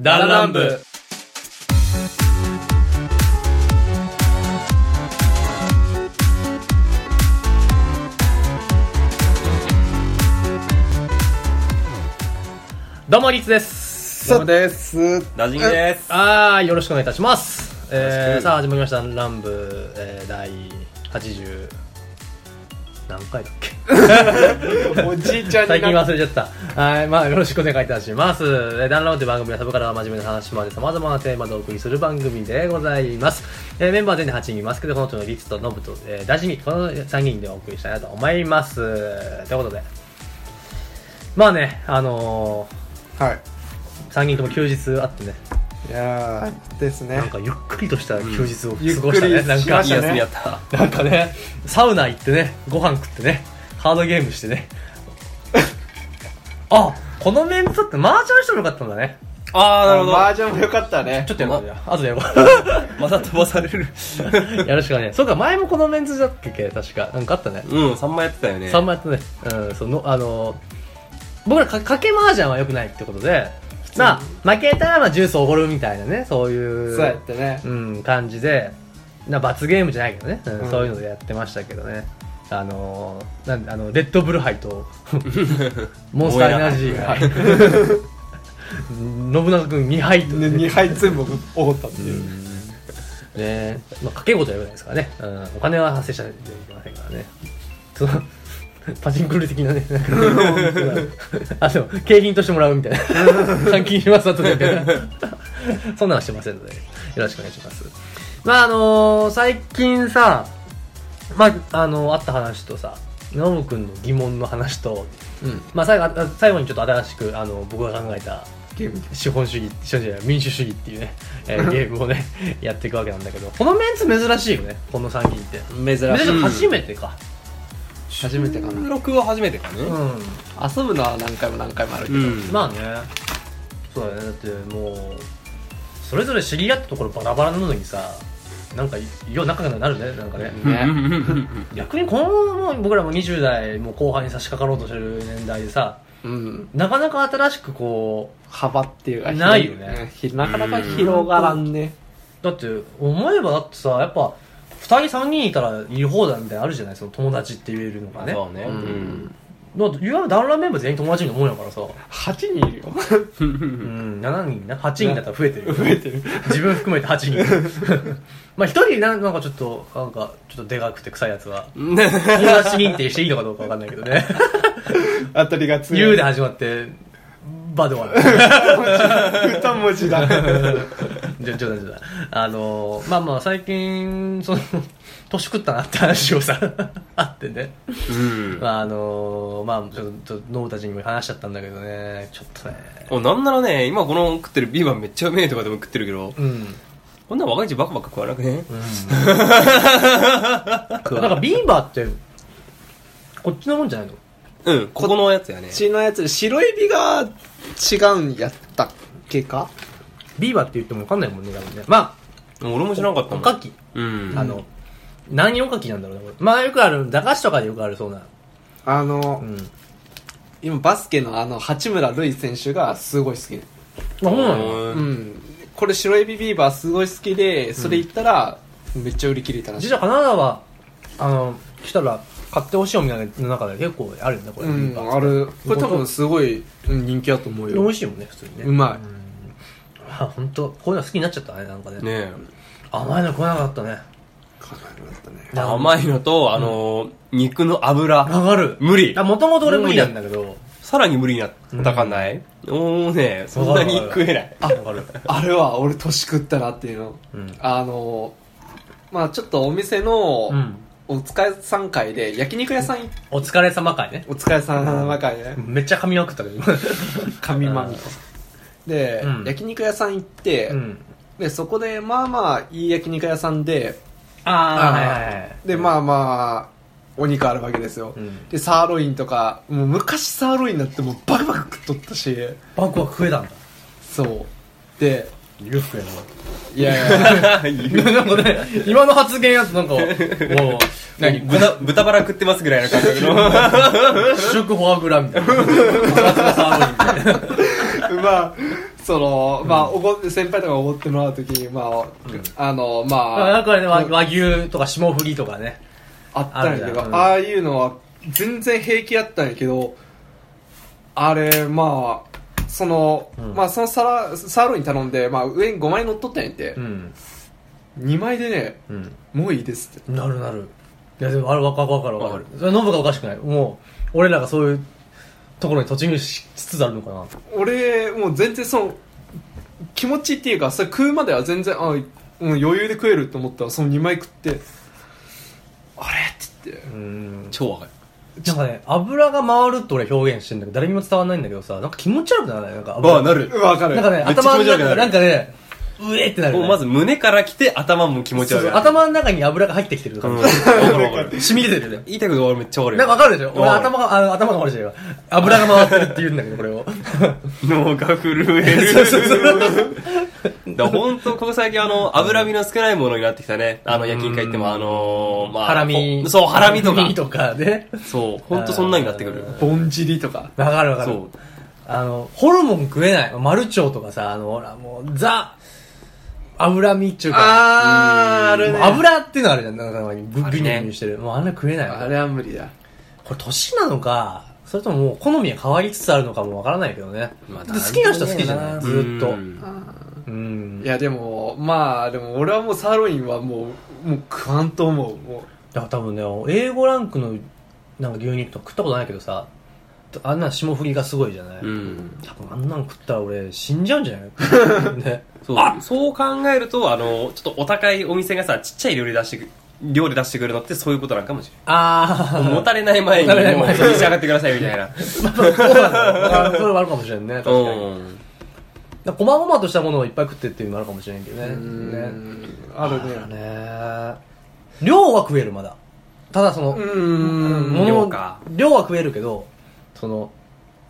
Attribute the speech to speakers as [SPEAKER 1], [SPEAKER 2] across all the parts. [SPEAKER 1] ダンランブどうもリツです
[SPEAKER 2] そうです。
[SPEAKER 3] ラジンです。
[SPEAKER 1] あーよろしくお願いいたします、え
[SPEAKER 3] よろし
[SPEAKER 1] ー、
[SPEAKER 3] く
[SPEAKER 1] さあ始まりました「ランブ、えー、第80何回だっけ
[SPEAKER 2] おじいちゃん
[SPEAKER 1] 最
[SPEAKER 2] に
[SPEAKER 1] 近
[SPEAKER 2] なっ
[SPEAKER 1] 忘れちゃったはいまあよろしくお願いいたします、えー、ダンランブという番組はサブから真面目な話まで様々なテーマでお送りする番組でございます、えー、メンバー全員で8人いますけどこの人のリツとノブと、えー、ダジミこの3人でお送りしたいなと思いますということでまあねあの
[SPEAKER 2] は
[SPEAKER 1] ー、3人とも休日あってね
[SPEAKER 2] い。いやー、ですね
[SPEAKER 1] なん。かゆっくりとした休日を
[SPEAKER 2] ゆっ
[SPEAKER 1] 過ご
[SPEAKER 2] くり
[SPEAKER 1] したね、なん
[SPEAKER 2] しま
[SPEAKER 1] か
[SPEAKER 3] いい
[SPEAKER 2] したね
[SPEAKER 3] 休みやった。
[SPEAKER 1] なんかねサウナ行ってねご飯食ってねハードゲームしてねあこのメンツって麻雀してもよかったんだね
[SPEAKER 3] あ
[SPEAKER 2] マージャンもよかったね
[SPEAKER 1] ちょ。っとやろうじゃあ後でやろ
[SPEAKER 3] また飛ばされる。
[SPEAKER 1] うよろしくねそうか前もこのメンツだったっけ確かなんかあったね
[SPEAKER 3] うん、三枚やってたよね。
[SPEAKER 1] 3枚やったねうんそのあの僕らかかけ麻雀はよくないってことでまあ負けたらまあジュースおごるみたいなねそういう
[SPEAKER 2] そうやってね。
[SPEAKER 1] うん、感じでな罰ゲームじゃないけどね、うん
[SPEAKER 2] うん
[SPEAKER 1] そういうのでやってましたけどねあのーなんあのレッドブル杯 とモンスターエナジーが 信長君2杯とね
[SPEAKER 2] 2杯全部おごったっていう。
[SPEAKER 1] ねまあ、掛け事はよくないですからね、うん、お金は発生しちゃいけませんからねそのパチンコ類的なね なんかあでも景品としてもらう みたいな換金します後でみたいなそんなのはしてませんのでよろしくお願いしますまああのー最近さまああのーあった話とさノブ君の疑問の話と、
[SPEAKER 2] うん
[SPEAKER 1] まあ、最後あ最後にちょっと新しくあの僕が考えた
[SPEAKER 2] ゲーム。
[SPEAKER 1] 資本主義資本主義じゃない民主主義っていうね、えーゲームをねやっていくわけなんだけどこのメンツ珍しいよねこの3人って
[SPEAKER 3] 珍しい。
[SPEAKER 1] 珍しい初めてか
[SPEAKER 2] 初めてかな。
[SPEAKER 3] 録は初めてかね。
[SPEAKER 1] うん、
[SPEAKER 2] 遊ぶのは何回も何回もあるけ
[SPEAKER 3] う
[SPEAKER 2] ど。
[SPEAKER 3] ん。
[SPEAKER 1] まあねそうだよねだってもうそれぞれ知り合ったところバラバラなのにさなんかよう仲がなるねなんかね、
[SPEAKER 2] ね。
[SPEAKER 1] 逆にこのもう僕らも20代もう後半に差し掛かろうとしてる年代でさ
[SPEAKER 2] うん。
[SPEAKER 1] なかなか新しくこう
[SPEAKER 2] 幅っていうか。
[SPEAKER 1] ないよね
[SPEAKER 2] 広い。うんひなかなか広がらんね。
[SPEAKER 1] だって思えばだってさやっぱ2人3人いたらいい方だみたいなのあるじゃないその友達って言えるのがね
[SPEAKER 3] そうね。
[SPEAKER 2] う
[SPEAKER 3] うんん。
[SPEAKER 1] だって言わば団らんメンバー全員友達のもんやからさ、
[SPEAKER 2] 8人いるよ。
[SPEAKER 1] うん、7人な8人だったら増えてるよ
[SPEAKER 2] 増えてる。
[SPEAKER 1] 自分含めて8人 まあ1人ななんかちょっとなんかちょっとでかくて臭いやつは 友達認定していいのかどうかわかんないけどね
[SPEAKER 2] 当たりが
[SPEAKER 1] 「U」
[SPEAKER 2] 強い。
[SPEAKER 1] で始まって「バ」で 終わる
[SPEAKER 2] 二文字だ。
[SPEAKER 1] じゃ冗談冗談あのーまあまあ最近その年食ったなって話をさ あってね
[SPEAKER 3] うん。
[SPEAKER 1] まああのーまあちょっとノブたちにも話しちゃったんだけどねちょっとね
[SPEAKER 3] おなんならね、今この食ってるビーバンめっちゃうめえとかでも食ってるけど、
[SPEAKER 1] うん、うん、
[SPEAKER 3] こんな若い人バカバカ食わなくね
[SPEAKER 1] なんかビーバーってこっちのもんじゃないの
[SPEAKER 3] うん、ここのやつやね。
[SPEAKER 2] うちのやつ、白エビが違うんやったっけか
[SPEAKER 1] ビーバーって言っても分かんないもんね多分ねま
[SPEAKER 3] 俺も知らなかった
[SPEAKER 1] あお
[SPEAKER 3] もん。
[SPEAKER 1] かき
[SPEAKER 3] うん。
[SPEAKER 1] あの、何おかきなんだろうねこれまあよくある駄菓子とかでよくあるそうな
[SPEAKER 2] あの、
[SPEAKER 1] うん
[SPEAKER 2] 今バスケのあの八村塁選手がすごい好きね
[SPEAKER 1] あそうな
[SPEAKER 3] う
[SPEAKER 1] の
[SPEAKER 2] う
[SPEAKER 3] ん
[SPEAKER 2] んこれ白エビビーバーすごい好きでそれ言ったらめっちゃ売り切れたらしい
[SPEAKER 1] 実はカナダはあの来たら買ってほしいお店の中で結構あるんだこれ、
[SPEAKER 2] う
[SPEAKER 1] ビー
[SPEAKER 2] ん
[SPEAKER 1] バー
[SPEAKER 2] あるこれ多分すごいうん人気だと思う
[SPEAKER 1] 美
[SPEAKER 2] よ
[SPEAKER 1] 味しいもんね普通にね
[SPEAKER 2] うま
[SPEAKER 1] あ本当こういうの好きになっちゃったねなんかね
[SPEAKER 3] ね
[SPEAKER 1] 甘いの来なかったね
[SPEAKER 2] いかなりだったね
[SPEAKER 3] え。甘いのと、あの、肉の油。
[SPEAKER 1] 上がる
[SPEAKER 3] 無理
[SPEAKER 1] あもともと俺無理なんだけど
[SPEAKER 3] さらに無理になったかない、もうね、そんなに食えない。
[SPEAKER 1] あ分かる
[SPEAKER 2] あれは俺年食ったなっていうの
[SPEAKER 1] うん
[SPEAKER 2] あのまあちょっとお店の
[SPEAKER 1] うん
[SPEAKER 2] お疲れさん会で焼肉屋さん行っ
[SPEAKER 1] お疲れ様会ね
[SPEAKER 2] お疲れさんの中でね
[SPEAKER 1] めっちゃ髪まくったけど今
[SPEAKER 2] 神まみで
[SPEAKER 1] うん
[SPEAKER 2] 焼肉屋さん行って
[SPEAKER 1] うん
[SPEAKER 2] でそこでまあまあいい焼肉屋さんで
[SPEAKER 1] ああ
[SPEAKER 2] あー
[SPEAKER 1] はいはいはい
[SPEAKER 2] でまあまあお肉あるわけですよ、
[SPEAKER 1] うん
[SPEAKER 2] でサーロインとかもう昔サーロインだってもうバクバク食っとったし
[SPEAKER 1] バクは食えたんだ
[SPEAKER 2] そうで
[SPEAKER 1] 裕福やない
[SPEAKER 2] や いや
[SPEAKER 1] なんかね今の発言やつなん かもう
[SPEAKER 3] 何 豚、豚バラ食ってますぐらいの感覚の。
[SPEAKER 1] 主食フォアグラみたいなガツガツサーロインみたいな
[SPEAKER 2] うまあそのまあおご先輩とかおごってもらう時にまあ、あのま
[SPEAKER 1] あ
[SPEAKER 2] あ
[SPEAKER 1] なんかね、和和牛とか霜降りとかね。
[SPEAKER 2] あったんや
[SPEAKER 1] ある
[SPEAKER 2] けど
[SPEAKER 1] じゃんうん
[SPEAKER 2] ああいうのは全然平気やったんやけどあれまあその、
[SPEAKER 1] うん
[SPEAKER 2] まあそのサラサーロイン頼んで、まあ、上に5枚乗っとったんやって、
[SPEAKER 1] うん。
[SPEAKER 2] 2枚でね
[SPEAKER 1] うん。
[SPEAKER 2] もういいですって
[SPEAKER 1] なるなる。いや、でもあれわかるわかるわか
[SPEAKER 3] わ
[SPEAKER 1] る
[SPEAKER 3] か。
[SPEAKER 1] それノブがおかしくない。もう、俺らがそういうところに突入しつつあるのかな。
[SPEAKER 2] 俺もう全然その気持ちっていうかそれ食うまでは全然あもう余裕で食えると思ったらその2枚食ってあれって言って
[SPEAKER 1] うん。
[SPEAKER 3] 超わかる。
[SPEAKER 1] なんかね、油が回るって俺表現してんだけど、誰にも伝わんないんだけどさ、なんか気持ち悪くならないなんか油
[SPEAKER 3] わあ、なる。
[SPEAKER 2] わかる
[SPEAKER 1] なんかね、
[SPEAKER 3] めっちゃ気
[SPEAKER 1] 頭の
[SPEAKER 3] 持ち悪く
[SPEAKER 1] 中
[SPEAKER 3] なる
[SPEAKER 1] なんかね、うえってなる、
[SPEAKER 3] も
[SPEAKER 1] ね。
[SPEAKER 3] うまず胸から来て頭も気持ち
[SPEAKER 1] そう
[SPEAKER 3] 悪
[SPEAKER 1] そ、。
[SPEAKER 3] いう
[SPEAKER 1] 頭の中に油が入ってきてる
[SPEAKER 3] うん
[SPEAKER 1] 感
[SPEAKER 3] わ
[SPEAKER 1] じ。
[SPEAKER 3] かるわかる。
[SPEAKER 1] 染み出てるね。
[SPEAKER 3] 言いたいことが俺めっちゃ悪い。
[SPEAKER 1] なんかわかるでしょ俺
[SPEAKER 3] わか
[SPEAKER 1] 頭が、あの頭が悪いじゃん今。油が回ってるって言うんだけど、これ を。
[SPEAKER 3] 脳が震える。
[SPEAKER 1] そうそうそう。
[SPEAKER 3] だから本当ここ最近あの、脂身の少ないものになってきたね。あの、焼き肉屋行ってもあのー、まあ。
[SPEAKER 1] ハラミ
[SPEAKER 3] ほ。 そう、ハラミとか。
[SPEAKER 1] とかね。
[SPEAKER 3] そう、本当そんなになってくる。
[SPEAKER 2] ぼんじりとか
[SPEAKER 1] わかるわかる。
[SPEAKER 3] そう。
[SPEAKER 1] あの、ホルモン食えない。マルチョウとかさ、あの、ほら、もう、ザ、脂身っていうか、
[SPEAKER 2] あーあるね
[SPEAKER 1] 油っていうのあるじゃん。なんか、グ
[SPEAKER 3] あ
[SPEAKER 1] ビ
[SPEAKER 3] る
[SPEAKER 1] ニ
[SPEAKER 3] ね
[SPEAKER 1] グニしてる。もうあんな食えないわ
[SPEAKER 2] あれは無理だ
[SPEAKER 1] これ年なのか、それとももう好みが変わりつつあるのかもわからないけどね。
[SPEAKER 3] まあ
[SPEAKER 1] で好きな人は好きじゃないずーっと。
[SPEAKER 3] うん
[SPEAKER 1] うん。
[SPEAKER 2] い
[SPEAKER 1] いや、
[SPEAKER 2] やでもまあでも俺はもうサーロインはもうもう食わんと思うも
[SPEAKER 1] 多分ね、A5 ランクのなんか牛肉とか食ったことないけどさ、あんな霜降りがすごいじゃない、
[SPEAKER 3] うん。
[SPEAKER 1] 多分あんなん食ったら俺死んじゃうんじゃない ね。
[SPEAKER 3] そう、そう考えると、あの、ちょっとお高いお店がさ、ちっちゃい料理出してく、料理出してくるのってそういうことなんかもし
[SPEAKER 1] あ
[SPEAKER 3] れ
[SPEAKER 1] ー。
[SPEAKER 3] ない。もたれない前に、
[SPEAKER 1] もたれない
[SPEAKER 3] もう召
[SPEAKER 1] 前に
[SPEAKER 3] し上がってくださいみたいな。
[SPEAKER 1] そうなんだよあそれはあるかもしれんね。確かに。だ
[SPEAKER 3] う
[SPEAKER 1] か
[SPEAKER 3] ん。
[SPEAKER 1] ら細々としたものをいっぱい食ってっていうのもあるかもしれんけどね。
[SPEAKER 2] う
[SPEAKER 1] ね。
[SPEAKER 2] うんあるね
[SPEAKER 1] ね量は食える、まだ。ただその、
[SPEAKER 2] う
[SPEAKER 1] も
[SPEAKER 2] ん
[SPEAKER 1] の
[SPEAKER 3] 量か
[SPEAKER 1] 量は食えるけどその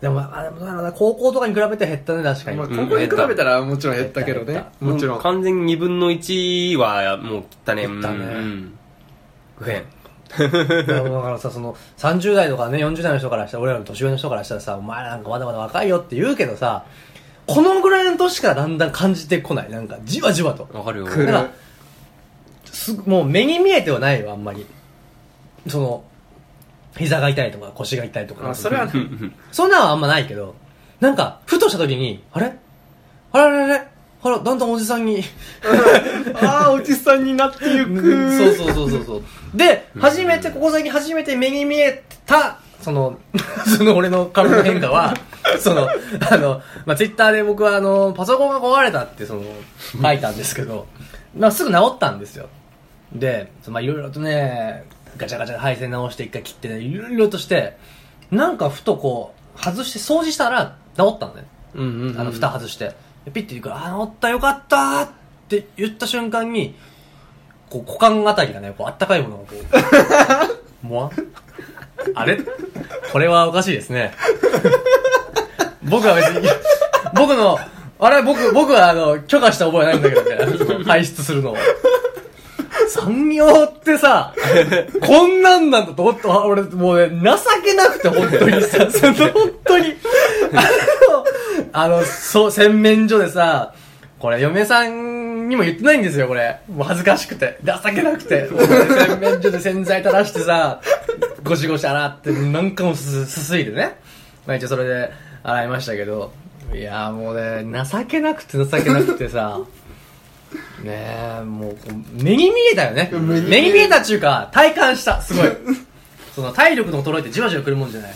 [SPEAKER 1] でもあでもなんだろうな高校とかに比べて減ったね確かに、
[SPEAKER 2] まあ
[SPEAKER 1] うん
[SPEAKER 2] ここに比べたらもちろん減ったけど
[SPEAKER 1] 減
[SPEAKER 2] ね
[SPEAKER 1] った
[SPEAKER 2] もちろん
[SPEAKER 3] 完全に2分の1はもう切ったね。
[SPEAKER 1] 切ったね
[SPEAKER 3] うん。食えん。
[SPEAKER 1] だからさその30代とかね40代の人からしたら俺らの年上の人からしたらさお前らなんかまだまだ若いよって言うけどさこのぐらいの年からだんだん感じてこないなんかじわじわと
[SPEAKER 3] わかるよ。
[SPEAKER 2] 来る
[SPEAKER 1] だからすもう目に見えてはないよあんまりその膝が痛いとか腰が痛いとか
[SPEAKER 2] あそれはね
[SPEAKER 1] そんなんはあんまないけど、なんか、ふとした時に、あれあれあれあれあら、だんだんおじさんに。
[SPEAKER 2] ああおじさんになってゆ
[SPEAKER 1] そう
[SPEAKER 2] く
[SPEAKER 1] そうそうそうそう。で、初めて、ここ最近初めて目に見えた、その、 その俺の体の変化は、その、あの、まあ、ツイッターで僕はあの、パソコンが壊れたって、その、書いたんですけど、まあ、すぐ治ったんですよ。で、そのまあ、いろいろとね、ガチャガチャ配線直して一回切ってね、いろいろとして、なんかふとこう、外して掃除したら治ったのね。
[SPEAKER 2] うんうんうん
[SPEAKER 1] あの蓋外して、でピッて言うから、あ、治ったよかったーって言った瞬間に、こう股間あたりがね、こうあったかいものがこう、 もわあれこれはおかしいですね。僕は別に、僕の、あれ僕、僕はあの、許可した覚えないんだけどねその、排出するのを。産業ってさ、こんなんなんだと思った、俺、もうね、情けなくて、本当にさ、その本当 に、 あの、あの、そう、洗面所でさ、これ、嫁さんにも言ってないんですよ、これ。もう恥ずかしくて、情けなくて、もう洗面所で洗剤垂らしてさ、ゴシゴシ洗って、何回もすすすいでね。まあ一応それで洗いましたけど、いやーもうね、情けなくて情けなくてさ、ねえもうこう目に見えたよね目に見えたっていうか体感したすごいその体力の衰えってじわじわくるもんじゃない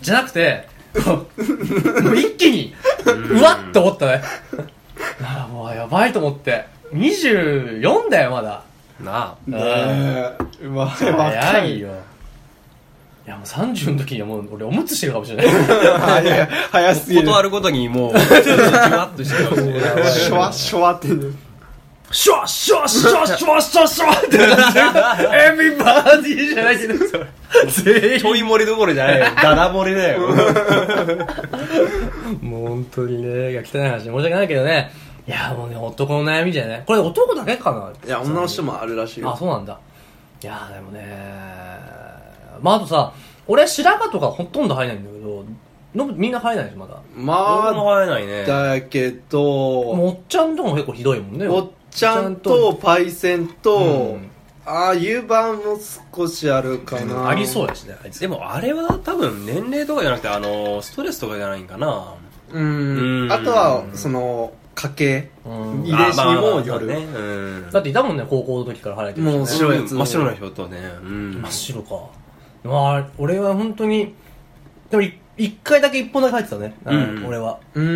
[SPEAKER 1] じゃなくてこうもう一気にうわっと思ったねああもうやばいと思って24だよまだ
[SPEAKER 3] なあ。
[SPEAKER 2] ねえまあ
[SPEAKER 1] 早い
[SPEAKER 2] よ
[SPEAKER 1] よいやもう30の時にはもう俺おむつしてるかもしれない
[SPEAKER 2] 早すぎ
[SPEAKER 3] こ
[SPEAKER 2] る
[SPEAKER 3] とあるごとにもう、じわっとしてるかもしれない。
[SPEAKER 2] シュワシュワってね
[SPEAKER 1] シュワシュワシュワシュワシュワシュワって感じエミバーディーじゃないけどそれ全員
[SPEAKER 3] ちょい漏れどころじゃないよ。ダダ漏れだよ。
[SPEAKER 1] もう本当にね、いや汚い話で申し訳ないけどね。いや、もうね、男の悩みじゃね。これ男だけかない
[SPEAKER 2] や女の人もあるらしい
[SPEAKER 1] あ、そうなんだ。いや、でもね。まあ、あとさ、俺白髪とかほとんど生えないんだけど、のぶみんな入らないでしょまだ
[SPEAKER 2] ま
[SPEAKER 3] 俺も入れ
[SPEAKER 2] あ
[SPEAKER 3] ないね
[SPEAKER 2] だけど
[SPEAKER 1] もうおっちゃんとかも結構ひどいもんね
[SPEAKER 2] おっちゃんとパイセン
[SPEAKER 1] う
[SPEAKER 2] と、
[SPEAKER 1] ん
[SPEAKER 2] ああ湯番も少しあるかな
[SPEAKER 1] ありそうやしねあいつ
[SPEAKER 3] でもあれは多分年齢とかじゃなくてあのストレスとかじゃないんかな
[SPEAKER 2] うん
[SPEAKER 3] うん
[SPEAKER 2] あとはその家系
[SPEAKER 1] うん
[SPEAKER 2] 遺伝子に
[SPEAKER 3] あまあ
[SPEAKER 2] もよる
[SPEAKER 3] まあまあねうん
[SPEAKER 1] だっていたもんね高校の時から払えてるし、ね、
[SPEAKER 2] もう白いやつ
[SPEAKER 3] うん真っ白な人とねうん
[SPEAKER 1] 真っ白かまあ俺は本当にでもい一回だけ一本だけ入ってたね、
[SPEAKER 3] うん
[SPEAKER 1] あの俺は
[SPEAKER 2] うん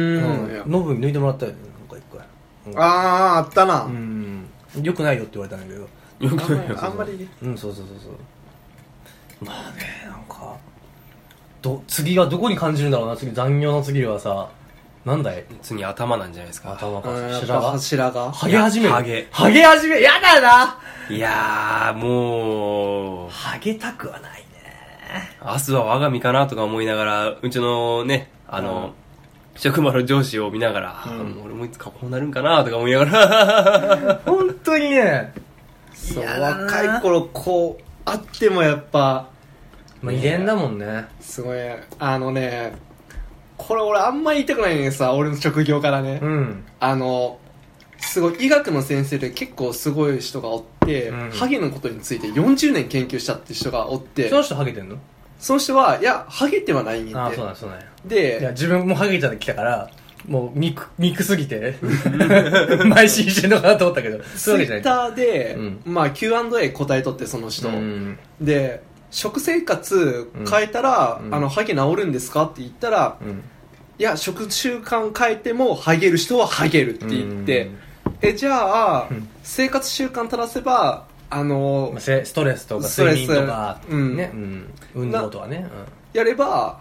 [SPEAKER 1] うん
[SPEAKER 2] いや
[SPEAKER 1] ノブに抜いてもらったよねなんか一回
[SPEAKER 2] あああったな、
[SPEAKER 1] うんよくないよって言われたんだけど
[SPEAKER 3] よく
[SPEAKER 2] あ
[SPEAKER 3] な
[SPEAKER 2] んま
[SPEAKER 3] い
[SPEAKER 2] り
[SPEAKER 3] よ
[SPEAKER 2] あんまり
[SPEAKER 1] うんそうそうそうそうまあねなんかど次はどこに感じるんだろうな次残業の次はさなんだい
[SPEAKER 3] 次頭なんじゃないですか
[SPEAKER 1] 頭か
[SPEAKER 2] うんやっ
[SPEAKER 1] 白
[SPEAKER 2] ぱ
[SPEAKER 1] 髪
[SPEAKER 2] 柱が
[SPEAKER 1] ハゲ始める
[SPEAKER 3] ハゲ
[SPEAKER 1] ハゲ始めやだない
[SPEAKER 3] やーもう
[SPEAKER 1] ハゲたくはないね
[SPEAKER 3] 明日は我が身かなとか思いながらうちのねあの、職場の上司を見ながら、
[SPEAKER 2] うん
[SPEAKER 3] 俺もいつかこうなるんかなとか思いながら
[SPEAKER 1] 本当にね
[SPEAKER 2] そう
[SPEAKER 1] 嫌だな
[SPEAKER 2] 若い頃こうあってもやっぱ
[SPEAKER 1] まあ遺伝だもんね
[SPEAKER 2] すごいあのねこれ俺あんま言いたくないねさ俺の職業からね、
[SPEAKER 1] うん
[SPEAKER 2] あのすごい医学の先生で結構すごい人がおって、
[SPEAKER 1] うん
[SPEAKER 2] ハゲのことについて40年研究したって人がおって
[SPEAKER 1] その人ハゲてんの
[SPEAKER 2] その人はいやハゲてはないん
[SPEAKER 1] あ
[SPEAKER 2] や
[SPEAKER 1] あ
[SPEAKER 2] っ
[SPEAKER 1] そう
[SPEAKER 2] て
[SPEAKER 1] なんやそうなんやいや
[SPEAKER 2] で
[SPEAKER 1] 自分もハゲちゃってきたからもう肉肉すぎて 毎週してんのかなと思ったけど
[SPEAKER 2] ツ
[SPEAKER 1] そう
[SPEAKER 2] イ
[SPEAKER 1] いうわけ
[SPEAKER 2] ッ
[SPEAKER 1] じゃない
[SPEAKER 2] ターで、
[SPEAKER 1] うん
[SPEAKER 2] まあ、Q&A 答えとってその人、
[SPEAKER 1] うん
[SPEAKER 2] で食生活変えたら、
[SPEAKER 1] うん
[SPEAKER 2] あのハゲ治るんですかって言ったら、
[SPEAKER 1] うん
[SPEAKER 2] いや食習慣変えてもハゲる人はハゲるって言って、
[SPEAKER 1] うん
[SPEAKER 2] えじゃあ、
[SPEAKER 1] うん
[SPEAKER 2] 生活習慣正せばあの
[SPEAKER 1] まあせストレスとか
[SPEAKER 2] ストレス
[SPEAKER 1] 睡眠とか、
[SPEAKER 2] うん
[SPEAKER 1] ねうん、運動とかね、うん
[SPEAKER 2] やれば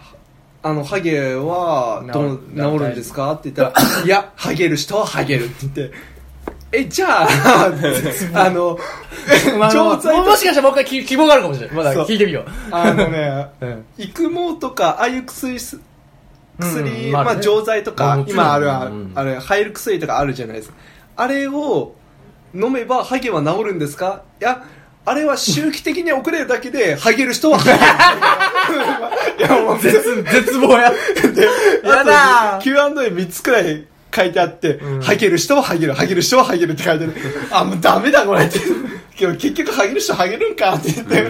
[SPEAKER 2] あのハゲはどう
[SPEAKER 1] 治
[SPEAKER 2] 治
[SPEAKER 1] る
[SPEAKER 2] るんですかって言ったら「いやハゲる人はハゲる」って言って「えじゃあ あの
[SPEAKER 1] まあ
[SPEAKER 2] 錠剤と
[SPEAKER 1] ももしかしたらもう一回き希望があるかもしれないまだ
[SPEAKER 2] そう
[SPEAKER 1] 聞いてみよう
[SPEAKER 2] あのね
[SPEAKER 1] うん
[SPEAKER 2] 育毛とかああいう薬す
[SPEAKER 1] うん
[SPEAKER 2] 薬、
[SPEAKER 1] まあ
[SPEAKER 2] ま
[SPEAKER 1] ね
[SPEAKER 2] あ、錠剤と
[SPEAKER 1] あ
[SPEAKER 2] か
[SPEAKER 1] もちろん
[SPEAKER 2] 今あるあ
[SPEAKER 1] うん
[SPEAKER 2] あれ入る薬とかあるじゃないですかあれを飲めばハゲは治るんですかいやあれは周期的に遅れるだけでハゲる人はハ ゲるいやもう
[SPEAKER 1] 絶絶望ややだ
[SPEAKER 2] あと Q&A3 つくらい書いてあって、
[SPEAKER 1] うん
[SPEAKER 2] ハゲる人はハゲる、ハゲる人はハゲるって書いてある。あ、もうダメだこれって。でも結局ハゲる人ハゲるんかって言って。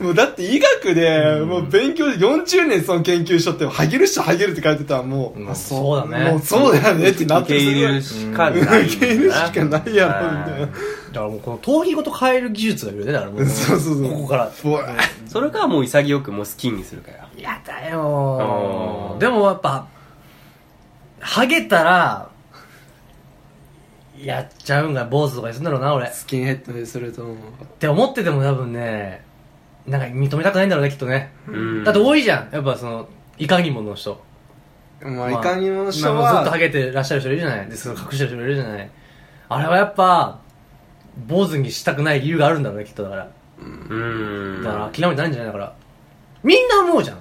[SPEAKER 2] もうだって医学で、もう勉強で40年その研究しとって、ハゲる人ハゲるって書いてたらもう、
[SPEAKER 1] うん
[SPEAKER 2] あ
[SPEAKER 1] そうだね
[SPEAKER 2] もうそうだよねってなっ
[SPEAKER 3] 受け
[SPEAKER 2] て
[SPEAKER 3] 入れる
[SPEAKER 2] す
[SPEAKER 3] しかない
[SPEAKER 2] 受け入れるしかないやろみたいな
[SPEAKER 3] うん
[SPEAKER 1] だからもうこの頭皮ごと変える技術がいるよねだからもう
[SPEAKER 2] そうそうそう
[SPEAKER 1] ここから
[SPEAKER 2] ごい。
[SPEAKER 3] それかもう潔くもうスキンにするかよ
[SPEAKER 1] やだ
[SPEAKER 3] う
[SPEAKER 1] よ
[SPEAKER 3] ん
[SPEAKER 1] でもやっぱハゲたらやっちゃうんが坊主とかにするんだろうな俺っ
[SPEAKER 2] スキンヘッドにすると思う。
[SPEAKER 1] て思ってても多分ねなんか認めたくないんだろうねきっとね、
[SPEAKER 3] うん
[SPEAKER 1] だって多いじゃんやっぱそのいかにもの人
[SPEAKER 2] ま
[SPEAKER 1] ま
[SPEAKER 2] あ、いかにもの人
[SPEAKER 1] まあずっとハ
[SPEAKER 2] は、
[SPEAKER 1] ゲてらっしゃる人いるじゃないでその隠してる人もいるじゃないあれはやっぱ坊主にしたくない理由があるんだろうねきっとだから
[SPEAKER 3] うん
[SPEAKER 1] だから諦めてないんじゃないだからみんな思うじゃん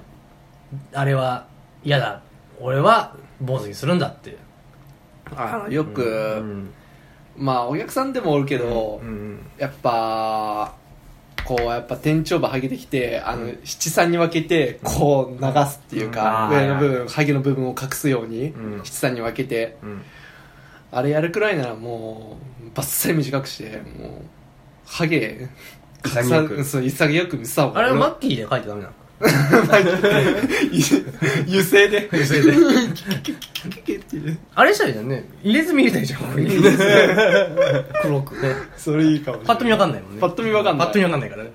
[SPEAKER 1] あれは嫌だ俺は坊主にするんだって
[SPEAKER 2] あのよく、
[SPEAKER 1] うん
[SPEAKER 2] まあお客さんでもおるけど、
[SPEAKER 1] うん
[SPEAKER 2] やっぱこうやっぱ天頂部ハゲてきてあの七三に分けてこう流すっていうか、
[SPEAKER 3] うん
[SPEAKER 2] 上の部分ハゲの部分を隠すように、
[SPEAKER 1] うん
[SPEAKER 2] 七三に分けて
[SPEAKER 1] うん
[SPEAKER 2] あれやるくらいならもうバッサリ短くしてもうハゲ
[SPEAKER 3] 潔く
[SPEAKER 2] 隠さそう潔く見せた方が
[SPEAKER 1] あれはマ
[SPEAKER 2] ま
[SPEAKER 1] ッキーで書いてダメなの
[SPEAKER 2] 油性で
[SPEAKER 1] 油性で
[SPEAKER 2] キュキュキュっていう
[SPEAKER 1] あれしたらいいじゃんね入れ墨入れたいじゃんここに黒くね
[SPEAKER 2] それいいかもしれ
[SPEAKER 1] パッと見わかんないもんね
[SPEAKER 2] パッと見わかんない
[SPEAKER 1] パッと見わかんないからね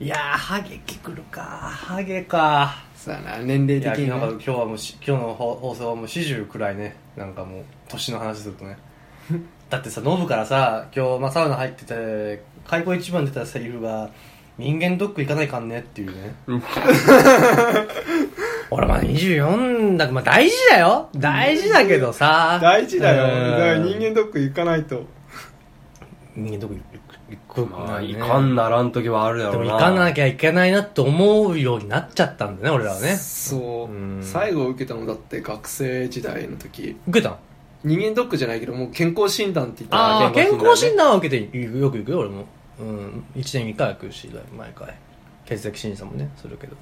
[SPEAKER 1] いやーハゲきくるかハゲか
[SPEAKER 2] そうやな年齢
[SPEAKER 1] いや
[SPEAKER 2] 的
[SPEAKER 1] 昨
[SPEAKER 2] に
[SPEAKER 1] 日
[SPEAKER 2] ね
[SPEAKER 1] は今日はもうし今日の放放送はもう40くらいねなんかもう年の話する とねだってさノブからさ今日、まあ、サウナ入ってて開口一番出たセリフが「人間ドック行かないかんね」っていうね俺まあ24だまあ大事だよ大事だけどさ
[SPEAKER 2] 大事だよ
[SPEAKER 1] うん
[SPEAKER 2] だから人間ドック行かないと
[SPEAKER 1] 人間ドック行く行く
[SPEAKER 3] まあい
[SPEAKER 1] ね
[SPEAKER 3] かんならん時はあるや
[SPEAKER 1] で
[SPEAKER 3] ろ
[SPEAKER 1] も
[SPEAKER 3] う
[SPEAKER 1] 行かな
[SPEAKER 3] な
[SPEAKER 1] きゃいけないなと思うようになっちゃったんだね俺らはね
[SPEAKER 2] そう、
[SPEAKER 1] うん
[SPEAKER 2] 最後受けたのだって学生時代の時
[SPEAKER 1] 受けたん
[SPEAKER 2] 人間ドックじゃないけどもう健康診断って言ったら
[SPEAKER 1] ああ
[SPEAKER 3] 健
[SPEAKER 1] 健
[SPEAKER 3] 康診断ね
[SPEAKER 1] 康診断は受けていくよく行くよ俺も、うん、1年に1回は行くし毎回血液審査もねするけど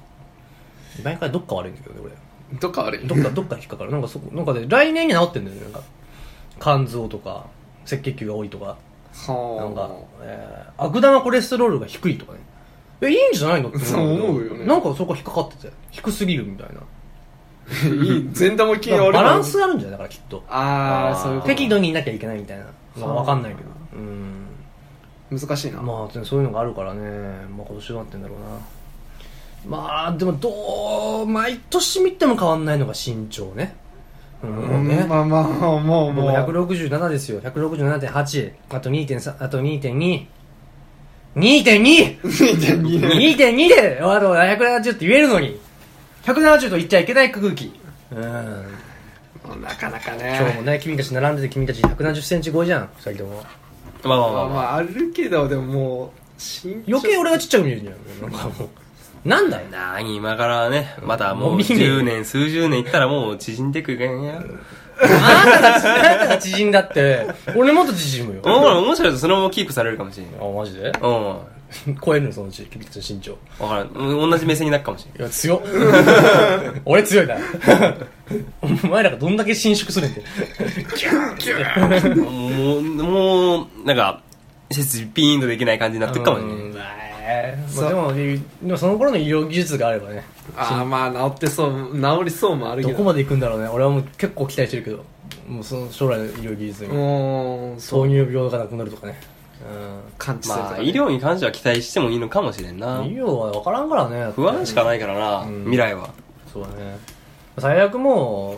[SPEAKER 1] 毎回どっか悪いんだけどね
[SPEAKER 2] どっか悪い
[SPEAKER 1] ど っかどっかに引っかかるなんかそこなんかで来年に治ってんだよねなんか肝臓とか赤血球が多いとかな
[SPEAKER 2] は
[SPEAKER 1] ん
[SPEAKER 2] あ
[SPEAKER 1] か、えー悪玉コレステロールが低いとかねえいいんじゃないの ってんだけど
[SPEAKER 2] そう思うよね
[SPEAKER 1] なんかそこ引っかかってて低すぎるみたいない
[SPEAKER 2] い善玉菌
[SPEAKER 1] なん
[SPEAKER 2] 悪
[SPEAKER 1] か
[SPEAKER 2] い
[SPEAKER 1] バランスがあるんじゃないだからきっと
[SPEAKER 2] ああそういうこと
[SPEAKER 1] 適度にいなきゃいけないみたいなのは分かんないけどうん
[SPEAKER 2] 難しいな、
[SPEAKER 1] まあそういうのがあるからね、まあ、今年どうなってんだろうなまあでもどう毎年見ても変わんないのが身長ねうんもうね、
[SPEAKER 2] まあまあまあもう
[SPEAKER 1] もう
[SPEAKER 2] もう
[SPEAKER 1] 167ですよ167.8あと2.3あと2.22.2.2!2.2
[SPEAKER 2] 2.2
[SPEAKER 1] で あと170って言えるのに170と言っちゃいけない空気うん
[SPEAKER 2] なかなか
[SPEAKER 1] 今日
[SPEAKER 2] ね
[SPEAKER 1] もね君たち並んでて君たち1 7 0ンチ超えじゃん2人とも
[SPEAKER 3] まあまあま
[SPEAKER 2] ま
[SPEAKER 3] あ
[SPEAKER 2] あま
[SPEAKER 3] まあ。
[SPEAKER 2] ああるけどでももう身長
[SPEAKER 1] 余計俺がちっちゃく見えるじゃんなんかもうなんだよな
[SPEAKER 3] なあ、今からね、まだもう
[SPEAKER 1] もう見ねえ
[SPEAKER 3] 10年、数十年いったらもう縮んでくるからね。
[SPEAKER 1] あなたが縮あなたが縮んだって俺もっと縮むよ
[SPEAKER 3] おもろい面白いとそのままキープされるかもしれない。
[SPEAKER 1] あマジで
[SPEAKER 3] うん。わ
[SPEAKER 1] 超えるのそのうち君たちの身長
[SPEAKER 3] からん。うん同じ目線になるかもしれない。
[SPEAKER 1] いや、強っ。 俺強いな。お前らがどんだけ伸縮するんって。
[SPEAKER 3] もう、もう、なんか、設備ピーンとできない感じになってくかもしれない。
[SPEAKER 1] うんまあでも、でもその頃の医療技術があればね、
[SPEAKER 2] ああまあ治ってそう治りそうもあるけ
[SPEAKER 1] ど
[SPEAKER 2] ど
[SPEAKER 1] こまで行くんだろうね。俺はもう結構期待してるけど、もうその将来の医療技術に。
[SPEAKER 2] もうそう
[SPEAKER 1] 糖尿病がなくなるとかね。
[SPEAKER 2] 感知すると
[SPEAKER 3] ま
[SPEAKER 2] か
[SPEAKER 3] あ、
[SPEAKER 2] ね
[SPEAKER 3] 医療に関しては期待してもいいのかもしれん
[SPEAKER 1] う。。
[SPEAKER 3] なん
[SPEAKER 1] 医療は分からんからね。
[SPEAKER 3] 不安しかないからな、
[SPEAKER 1] うん
[SPEAKER 3] 未来は。
[SPEAKER 1] そうだね。最悪もう、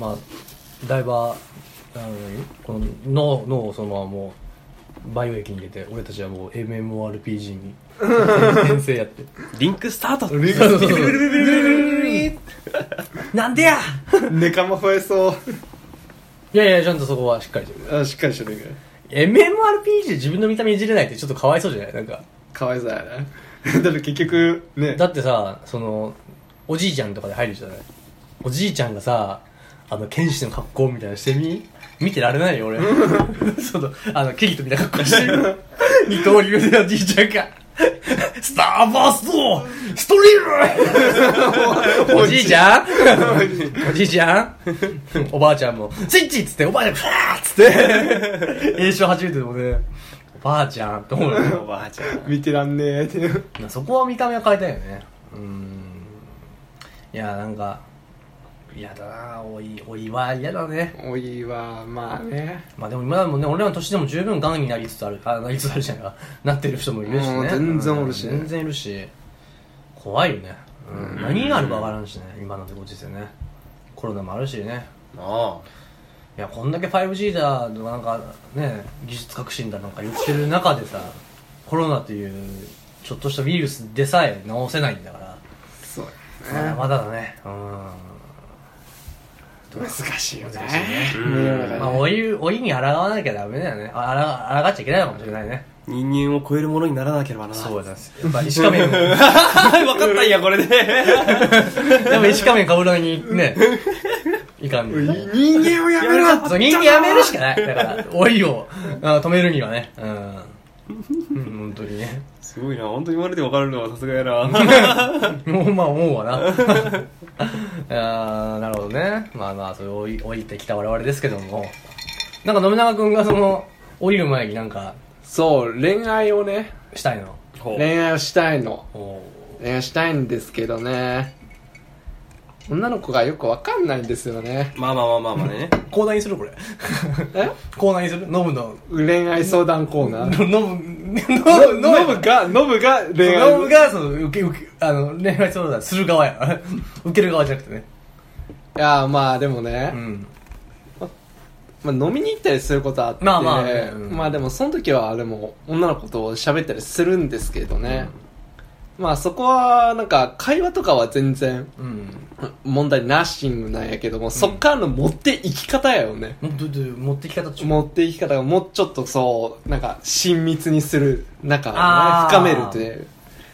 [SPEAKER 1] まあ、ダイバー、あのこの脳脳をそのままもう、バイオ液に入れて、俺たちはもう MMORPG に転生やって。
[SPEAKER 3] リンクスタート
[SPEAKER 2] リン
[SPEAKER 1] ビビ
[SPEAKER 2] ク
[SPEAKER 1] ビビビビビビなんでや
[SPEAKER 2] ネカマ増えそう
[SPEAKER 1] いやいや、ちゃんとそこはしっかりしてる。
[SPEAKER 2] あしっかりしてるけど
[SPEAKER 1] MMORPG で自分の見た目いじれないってちょっとかわいそうじゃないなんか。
[SPEAKER 2] かわいそうやね だって結局ね
[SPEAKER 1] だってさ、その、おじいちゃんとかで入るじゃないおじいちゃんがさ、あの、剣士の格好みたいなのしてみ見てられないよ、俺。 その、あの、ケリトみたいな格好してる。二刀流でおじいちゃんが。スターバーストストリ ームおじいちゃんおじいちゃんおばあちゃんも、スイッチっつって、おばあちゃん、ふわーっつ って、演唱初めてでもね、おばあちゃんって思うよね
[SPEAKER 3] おばあちゃん。
[SPEAKER 2] 見てらんねえっていう
[SPEAKER 1] まあそこは見た目は変えたいよねうんいやなんか嫌だなおいおいは嫌だね
[SPEAKER 2] おいはまあね
[SPEAKER 1] まあでも今でもね俺らの年でも十分癌になりつつあるあな りつつあるじゃないかなってる人もいるし
[SPEAKER 2] うん
[SPEAKER 1] ね
[SPEAKER 2] 全然おるし
[SPEAKER 1] うん全然いるし怖いよね、うん、何があるかわからんしね今のご時世ねコロナもあるしね
[SPEAKER 3] なあ
[SPEAKER 1] いやこんだけ 5G だとかなんかね技術革新だなんか言ってる中でさコロナというちょっとしたウイルスでさえ治せないんだから
[SPEAKER 2] そう
[SPEAKER 1] まだ
[SPEAKER 2] やね
[SPEAKER 1] まだだね。うん。
[SPEAKER 2] 難しいよね
[SPEAKER 1] 難しいね
[SPEAKER 2] うん世の中ね
[SPEAKER 1] まあ、老い、老いに抗わなきゃダメだよね。あ、あら、あらがっちゃいけないのかもしれないね。
[SPEAKER 3] 人間を超えるものにならなければな。
[SPEAKER 1] うだす。やっぱ石仮 面、で
[SPEAKER 3] はい、わかったんや、これ で。
[SPEAKER 1] も石仮面かぶらにね、いかんね。
[SPEAKER 2] 人間をやめろ
[SPEAKER 1] そう、人間やめるしかない。だから、老いをあ止めるにはね。うん。うん、本当にね。
[SPEAKER 3] すごいな、本当に言われてわかるのはさすがや な。
[SPEAKER 1] もう、まあ、思うわな。 あーなるほどね。まあまあ、そういう老い、老いてきた我々ですけども。なんか、信長くんがその、老いる前になんか、
[SPEAKER 2] そう恋愛をね
[SPEAKER 1] したいの。
[SPEAKER 3] ほう
[SPEAKER 2] 恋愛をしたいの
[SPEAKER 1] おー
[SPEAKER 2] 恋愛したいんですけどね女の子がよくわかんないんですよね
[SPEAKER 3] まあまあまあまあまあね。
[SPEAKER 1] コーナーにするこれ。
[SPEAKER 2] え
[SPEAKER 1] コーナーにするノブの。
[SPEAKER 2] 恋愛相談コーナ
[SPEAKER 1] ノブ、
[SPEAKER 2] ー
[SPEAKER 1] ノ
[SPEAKER 2] ノ
[SPEAKER 1] ブ、
[SPEAKER 2] ブノブがノブが恋愛
[SPEAKER 1] ノブが、その、受け、受け、あの、恋愛相談する側や。 受ける側じゃなくてね。
[SPEAKER 2] いやまあでもね
[SPEAKER 1] う、ん。
[SPEAKER 2] まあ、飲みに行ったりすることはあって、
[SPEAKER 1] まあまあねうん
[SPEAKER 2] まあでもその時はでも女の子と喋ったりするんですけどね、まあそこはなんか会話とかは全然
[SPEAKER 1] うん。
[SPEAKER 2] 問題ナッシングなんやけども、そっからの持って行き方やよね
[SPEAKER 1] もどど持ってき方ちょ
[SPEAKER 2] 持って行き方がもうちょっとそうなんか親密にする中
[SPEAKER 1] あー
[SPEAKER 2] をね、深めるって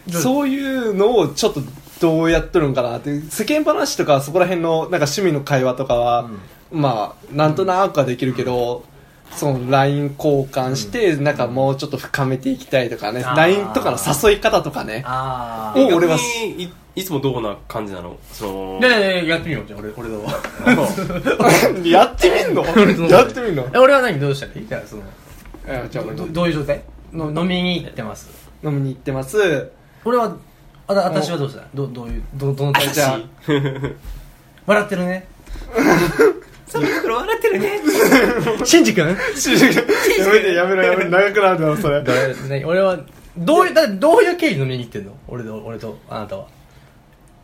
[SPEAKER 1] どう
[SPEAKER 2] そういうのをちょっとどうやっとるんかなって世間話とかそこら辺のなんか趣味の会話とかは、まあなんとなくはできるけど、その LINE 交換して、なんかもうちょっと深めていきたいとかね、
[SPEAKER 4] あー
[SPEAKER 2] LINE とかの誘い方とかね。
[SPEAKER 4] あ
[SPEAKER 2] お俺は
[SPEAKER 3] 逆にいいつもどうな感じなのその
[SPEAKER 1] で、ででやってみよう、じゃあ俺、 俺どう
[SPEAKER 2] やってみんの やってみんの
[SPEAKER 1] え俺は何どうしたらいいじゃあ、その、
[SPEAKER 2] えじゃあ俺
[SPEAKER 1] どどういう状態
[SPEAKER 4] の飲みに行ってます
[SPEAKER 2] 飲みに行ってます。
[SPEAKER 1] 俺は、あた私はどうしたどどういう、どどの体
[SPEAKER 2] じ
[SPEAKER 1] じ
[SPEAKER 2] ゃあ
[SPEAKER 1] ゃ笑ってるね。
[SPEAKER 3] その頃笑ってるね
[SPEAKER 1] シンジ君
[SPEAKER 2] やめてやめろやめろ、長くなるだろ、それ。
[SPEAKER 1] 何俺は、どういう、だってどういう経緯で飲みに行ってんの俺と、俺と、あなたは。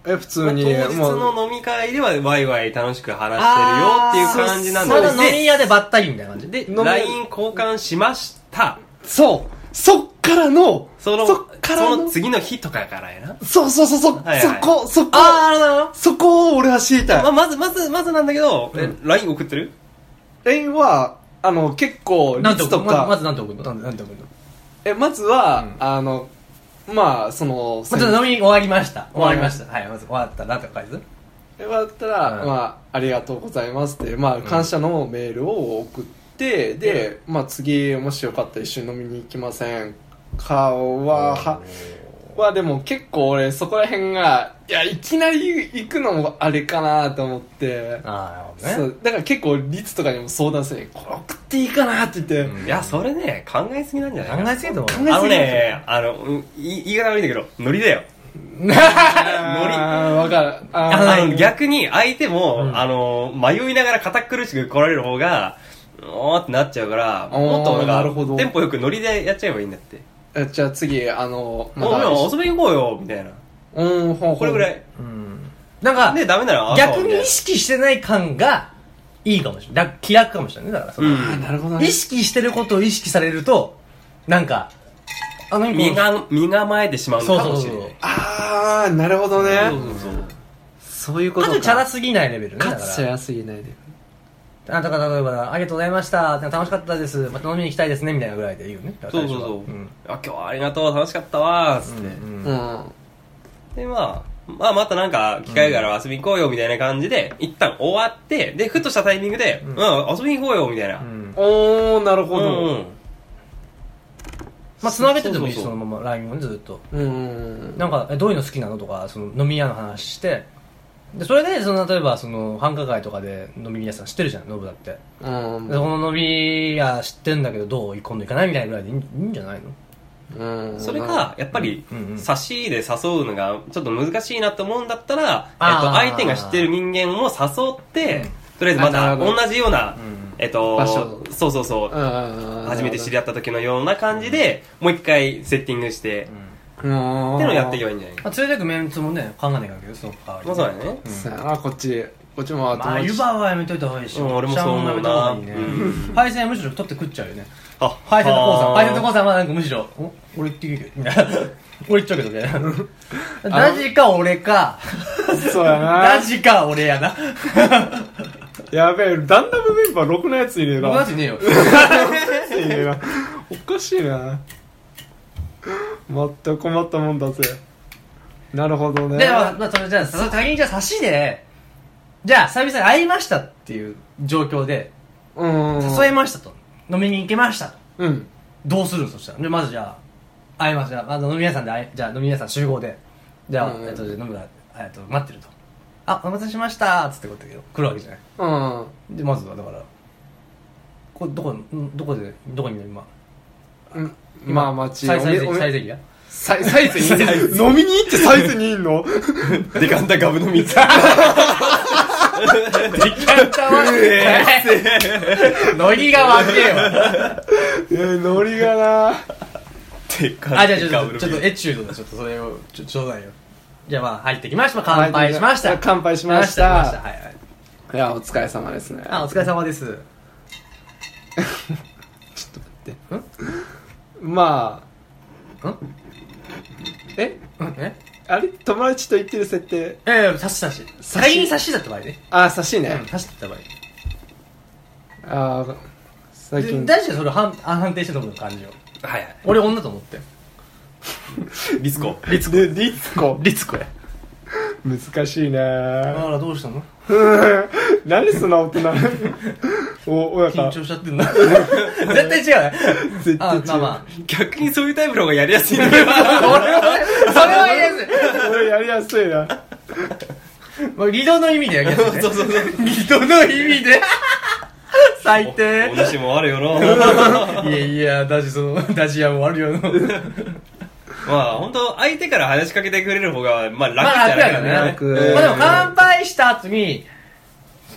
[SPEAKER 2] え、普通に、
[SPEAKER 3] 当日
[SPEAKER 2] もう、
[SPEAKER 3] の飲み会ではワイワイ楽しく話してるよっていう感じな
[SPEAKER 1] まだ
[SPEAKER 3] の
[SPEAKER 1] 飲
[SPEAKER 3] で
[SPEAKER 1] み屋でばったりみたいな感じ。
[SPEAKER 3] で
[SPEAKER 1] で、
[SPEAKER 3] で
[SPEAKER 2] 飲み
[SPEAKER 3] LINE 交換しました
[SPEAKER 2] そうそっからの、
[SPEAKER 3] その
[SPEAKER 2] そっから
[SPEAKER 3] そ
[SPEAKER 2] の
[SPEAKER 3] の、次の日とかからやな
[SPEAKER 2] そうそうそう、そ、
[SPEAKER 3] はいはい
[SPEAKER 2] そこ、そこ、
[SPEAKER 1] あー、なるほど。
[SPEAKER 2] そこを俺は知りたい
[SPEAKER 3] ま。あ、まず、まず、まずなんだけど、え、LINE 送ってる
[SPEAKER 2] LINE は、あの、結構、
[SPEAKER 1] なんて
[SPEAKER 2] 率
[SPEAKER 1] 送る
[SPEAKER 2] と
[SPEAKER 1] まま
[SPEAKER 2] か、
[SPEAKER 1] ずなんて送るのなんてなんて送るの
[SPEAKER 2] え、まずは
[SPEAKER 1] うん、
[SPEAKER 2] あの、まあ、その、
[SPEAKER 1] まあちょっと飲み終わりました。終わりました。はい、まず終わったなって返す
[SPEAKER 2] 終わったら、
[SPEAKER 1] うん
[SPEAKER 2] まあ、ありがとうございますって、まあ、感謝のメールを送って、で、まあ、次、もしよかったら一緒に飲みに行きませんかは、は、は、でも結構俺、そこら辺が、いや、いきなり行くのもあれかなと思って、
[SPEAKER 1] ああ、なるほ
[SPEAKER 2] そ
[SPEAKER 1] どね。
[SPEAKER 2] う、だから結構、律とかにも相談するに、これ送っていいかなって言って、
[SPEAKER 1] うん
[SPEAKER 3] いや、それね、考えすぎなんじゃない
[SPEAKER 1] 考えすぎると思う。
[SPEAKER 3] あのね、あの、うんい言い方悪いんだけど、 ノリだよ。
[SPEAKER 2] あーわかる。あー
[SPEAKER 3] あの、逆に相手も、
[SPEAKER 1] うん
[SPEAKER 3] あの、迷いながら堅苦しく来られる方が、おーってなっちゃうから、
[SPEAKER 2] おー
[SPEAKER 3] もっと
[SPEAKER 2] な
[SPEAKER 3] な
[SPEAKER 2] るほ
[SPEAKER 3] ん
[SPEAKER 2] ど
[SPEAKER 3] か、テンポよくノリでやっちゃえばいいんだって。
[SPEAKER 2] えじゃあ次、あの、
[SPEAKER 3] もうもう遊びに行こうよ、みたいな。
[SPEAKER 2] うん、ほうほう
[SPEAKER 3] これぐら。い。
[SPEAKER 1] うん。なんか、
[SPEAKER 3] で、ダメなら、
[SPEAKER 1] 逆に意識してない感がいいかもしれない。だ気楽かもしれないね。だからその、
[SPEAKER 3] う
[SPEAKER 2] あー
[SPEAKER 3] ん。
[SPEAKER 2] なるほどね
[SPEAKER 1] 意。識してることを意識されると、なんか、あの、
[SPEAKER 3] 身が、身構えてしまうの
[SPEAKER 1] そう
[SPEAKER 3] か
[SPEAKER 1] そう
[SPEAKER 3] も
[SPEAKER 1] そ
[SPEAKER 3] しれな
[SPEAKER 1] う
[SPEAKER 3] い。。
[SPEAKER 2] あー、なるほどね。
[SPEAKER 3] そうそうそう。
[SPEAKER 2] そういうこ
[SPEAKER 1] かつ
[SPEAKER 2] と
[SPEAKER 1] チャラすぎないレベルね。だ
[SPEAKER 2] か
[SPEAKER 1] か
[SPEAKER 2] つちゃ
[SPEAKER 1] ら。
[SPEAKER 2] やすぎないで。
[SPEAKER 1] あだから例えば、ありがとうございました。楽しかったです。また飲みに行きたいですね。みたいなぐらいで言うね。だか
[SPEAKER 3] そ
[SPEAKER 1] ら
[SPEAKER 3] う
[SPEAKER 1] 最
[SPEAKER 3] そう
[SPEAKER 1] 初は
[SPEAKER 3] そう。
[SPEAKER 1] ん
[SPEAKER 3] あ、今日はありがとう、楽しかったわー、つって。
[SPEAKER 1] うん
[SPEAKER 2] う
[SPEAKER 1] うん
[SPEAKER 2] ん。
[SPEAKER 3] で、まあ、まあ、またなんか、機会があれば遊びに行こうよ、みたいな感じで、一旦終わって、で、ふっとしたタイミングで、うん、遊びに行こうよ、みたいな。
[SPEAKER 1] うん
[SPEAKER 2] おー、なるほ
[SPEAKER 3] うん
[SPEAKER 2] ど。
[SPEAKER 1] まあ、つなげててもいいし、
[SPEAKER 3] そう
[SPEAKER 1] そ
[SPEAKER 3] そうそう
[SPEAKER 1] のまま LINE をねずっと。
[SPEAKER 2] うん。
[SPEAKER 1] なんか、えどういうの好きなのとか、その飲み屋の話して、で、それで、その、例えば、その、繁華街とかで飲み屋さん知ってるじゃん、ノブだって。
[SPEAKER 2] うん
[SPEAKER 1] で、。この飲み屋知ってんだけど、どう今度行かないみたいなぐらいでいいいいんじゃないの
[SPEAKER 2] うん
[SPEAKER 3] それか、やっぱり
[SPEAKER 1] うんうん、
[SPEAKER 3] 差し入れ誘うのが、ちょっと難しいなと思うんだったら、えっと、
[SPEAKER 1] あー
[SPEAKER 3] 相手が知ってる人間を誘って、とりあえずま
[SPEAKER 2] あな
[SPEAKER 3] た、
[SPEAKER 2] るほ
[SPEAKER 3] 同
[SPEAKER 2] ど
[SPEAKER 3] じような
[SPEAKER 1] うん、
[SPEAKER 3] えっと
[SPEAKER 2] 場所、
[SPEAKER 3] そうそうそう、
[SPEAKER 2] うん。
[SPEAKER 3] 初めて知
[SPEAKER 2] り
[SPEAKER 3] り合った時のような感じで、もう一回セッティングして、って
[SPEAKER 2] 合うん。
[SPEAKER 3] のをやっていけば
[SPEAKER 2] よ。
[SPEAKER 3] いいんじゃない
[SPEAKER 1] まあ、連れてくメンツもね、考えないからけど、その代わりに
[SPEAKER 3] まあそうだよね。
[SPEAKER 2] さあ、こっち、こっちも
[SPEAKER 1] まあ、湯葉はやめといた方がいいし、
[SPEAKER 3] うん俺もそう思うな
[SPEAKER 1] シャワーもやめといた方がいいね。配線むしろ取って食っちゃうよね。配線とコウさん、配線とコウさんはなんかむしろ、お俺行っていいけど、みたいな。俺行っちゃうけ どね。ダジか俺か、
[SPEAKER 2] そうや
[SPEAKER 1] ダ
[SPEAKER 2] な。
[SPEAKER 1] ジか俺やな。
[SPEAKER 2] やべえ、ダンダムメンバーろくなやついねえな。
[SPEAKER 1] 僕たち ねえよ。
[SPEAKER 2] いやいやおかしいな全く困ったもんだぜなるほどね
[SPEAKER 1] で、まあ、まあ、それじゃあ、そ先にじゃあ差しで、じゃあ、久々に会いましたっていう状況で、
[SPEAKER 2] うん
[SPEAKER 1] 誘いましたと。飲みに行けましたと。
[SPEAKER 2] うん
[SPEAKER 1] どうするのそしたら。で、まずじゃあ、会いました。まず飲み屋さんで会い、じゃあ飲み屋さん集合で。じゃあ、
[SPEAKER 2] うん
[SPEAKER 1] えっと、じゃあ飲むな、えっと、待ってると。あ、お待たせしましたつってことだけど、来るわけじゃない。
[SPEAKER 2] うん
[SPEAKER 1] で、まずはだから、こどこ、んどこで、どこにいるの
[SPEAKER 2] うん
[SPEAKER 1] 今。
[SPEAKER 2] まあ街
[SPEAKER 1] 最最
[SPEAKER 2] おめお
[SPEAKER 1] 前
[SPEAKER 2] め
[SPEAKER 1] 最前や。
[SPEAKER 2] サイサイズに飲みに行ってサイズにいんの
[SPEAKER 3] デカンタガブの水。デカンタは
[SPEAKER 1] ノリ が悪えわ。
[SPEAKER 2] えーノリがな
[SPEAKER 3] デカン
[SPEAKER 1] あ、じゃあ
[SPEAKER 3] タ
[SPEAKER 1] ちょっ
[SPEAKER 3] ガブ
[SPEAKER 1] と、
[SPEAKER 3] の
[SPEAKER 1] ちょっと
[SPEAKER 3] 水。
[SPEAKER 1] エチュードで、ちょっとそれを、ちょ、ちょうだいよ。じゃあまあ、入ってきました。まあ乾杯しました。
[SPEAKER 2] 乾杯しました
[SPEAKER 1] 乾杯はいはい。
[SPEAKER 2] いやお疲れ様ですね
[SPEAKER 1] あ、お疲れ様です。
[SPEAKER 2] まあ
[SPEAKER 1] ん
[SPEAKER 2] え
[SPEAKER 1] え
[SPEAKER 2] あれ友達と行ってる設定
[SPEAKER 1] ええ、差し差し。先に差しだった場合ね。
[SPEAKER 2] あー差し
[SPEAKER 1] うん
[SPEAKER 2] ね、
[SPEAKER 1] 差しだった場合。
[SPEAKER 2] あー最近
[SPEAKER 1] 大事だよそれ判あ判定してたもの感じを
[SPEAKER 3] はいはい。
[SPEAKER 1] 俺女と思って
[SPEAKER 3] リスコ。
[SPEAKER 2] リツコリツコ
[SPEAKER 1] リツコや
[SPEAKER 2] 難しいね
[SPEAKER 1] あらどうしたの
[SPEAKER 2] 何その大人お、親
[SPEAKER 1] 緊
[SPEAKER 2] 方。
[SPEAKER 1] 張しちゃってんな。絶対違うね。
[SPEAKER 2] 絶対違
[SPEAKER 1] あ
[SPEAKER 2] う
[SPEAKER 1] まあま
[SPEAKER 3] 逆にそういうタイプの方がやりやすいね
[SPEAKER 1] あ。俺はね、それは言えず。
[SPEAKER 2] 俺やりやすいな。
[SPEAKER 1] まあ、リドの意味でやりやすいね。
[SPEAKER 3] そうそうそう。
[SPEAKER 1] リドの意味で。最低。
[SPEAKER 3] お主もあるよ な。
[SPEAKER 1] いやいや、だしその、だし屋もあるよの。
[SPEAKER 3] まあ、本当相手から話しかけてくれる方が、まあ、楽
[SPEAKER 1] まあ
[SPEAKER 3] じゃ
[SPEAKER 1] 楽
[SPEAKER 3] な
[SPEAKER 1] や
[SPEAKER 3] いから
[SPEAKER 1] か
[SPEAKER 3] ら
[SPEAKER 1] ね。
[SPEAKER 3] ね。
[SPEAKER 2] 楽うん
[SPEAKER 1] まあでも乾杯した後に、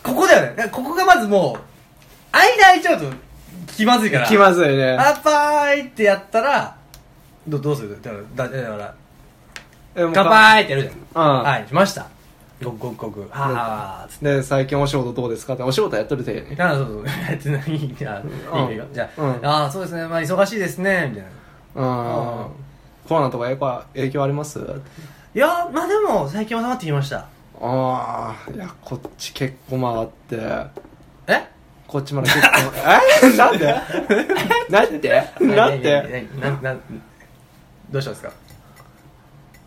[SPEAKER 1] ここだよね。ここがまずもう、間空いちゃうと気まずいから。
[SPEAKER 2] 気まずいね。
[SPEAKER 1] 乾杯ってやったら、どどうするだから、だだから
[SPEAKER 2] 乾
[SPEAKER 1] 乾杯ってやるじゃん。
[SPEAKER 2] うん。
[SPEAKER 1] はい、しました。ごくごくごく。はぁーっつって。
[SPEAKER 2] で、最近お仕事どうですかって、お仕事やっとるて。
[SPEAKER 1] あそうそう。やってない。じゃあ、いいよいいよ。じゃ
[SPEAKER 2] う
[SPEAKER 1] あ、
[SPEAKER 2] ん
[SPEAKER 1] ああ、そうですね。まあ忙しいですね。みたいな。
[SPEAKER 2] うん。コロナとかやっぱ影響あります
[SPEAKER 1] いや、まあでも、最近収まってきました。
[SPEAKER 2] ああ、いや、こっち結構回って。
[SPEAKER 1] え
[SPEAKER 2] こっちまで結構。 えなんでなんでなんで
[SPEAKER 1] 何何何何何どうしたんですか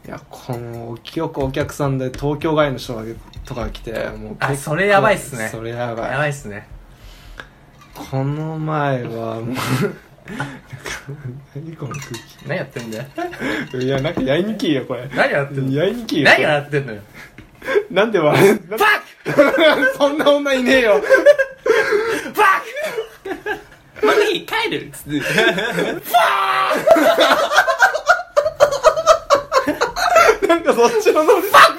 [SPEAKER 2] いや、この、よくお客さんで東京外の人がとか来て、もう結構
[SPEAKER 1] あそれやばいっすね
[SPEAKER 2] それやばい。
[SPEAKER 1] やばいっすね。
[SPEAKER 2] この前は、もう、なんか、何この空
[SPEAKER 1] 何やってんだよ。
[SPEAKER 2] 気。いや、なんかやりにきいよ、これ。
[SPEAKER 1] 何やってんの
[SPEAKER 2] やりにきいよ。
[SPEAKER 1] 何やってんのよ。
[SPEAKER 2] なんで笑う
[SPEAKER 1] バック
[SPEAKER 2] そんな女いねえよ。
[SPEAKER 1] バ
[SPEAKER 3] まあ、いい、帰るっつって。
[SPEAKER 2] なんかそっちのノリ。
[SPEAKER 1] ックバッ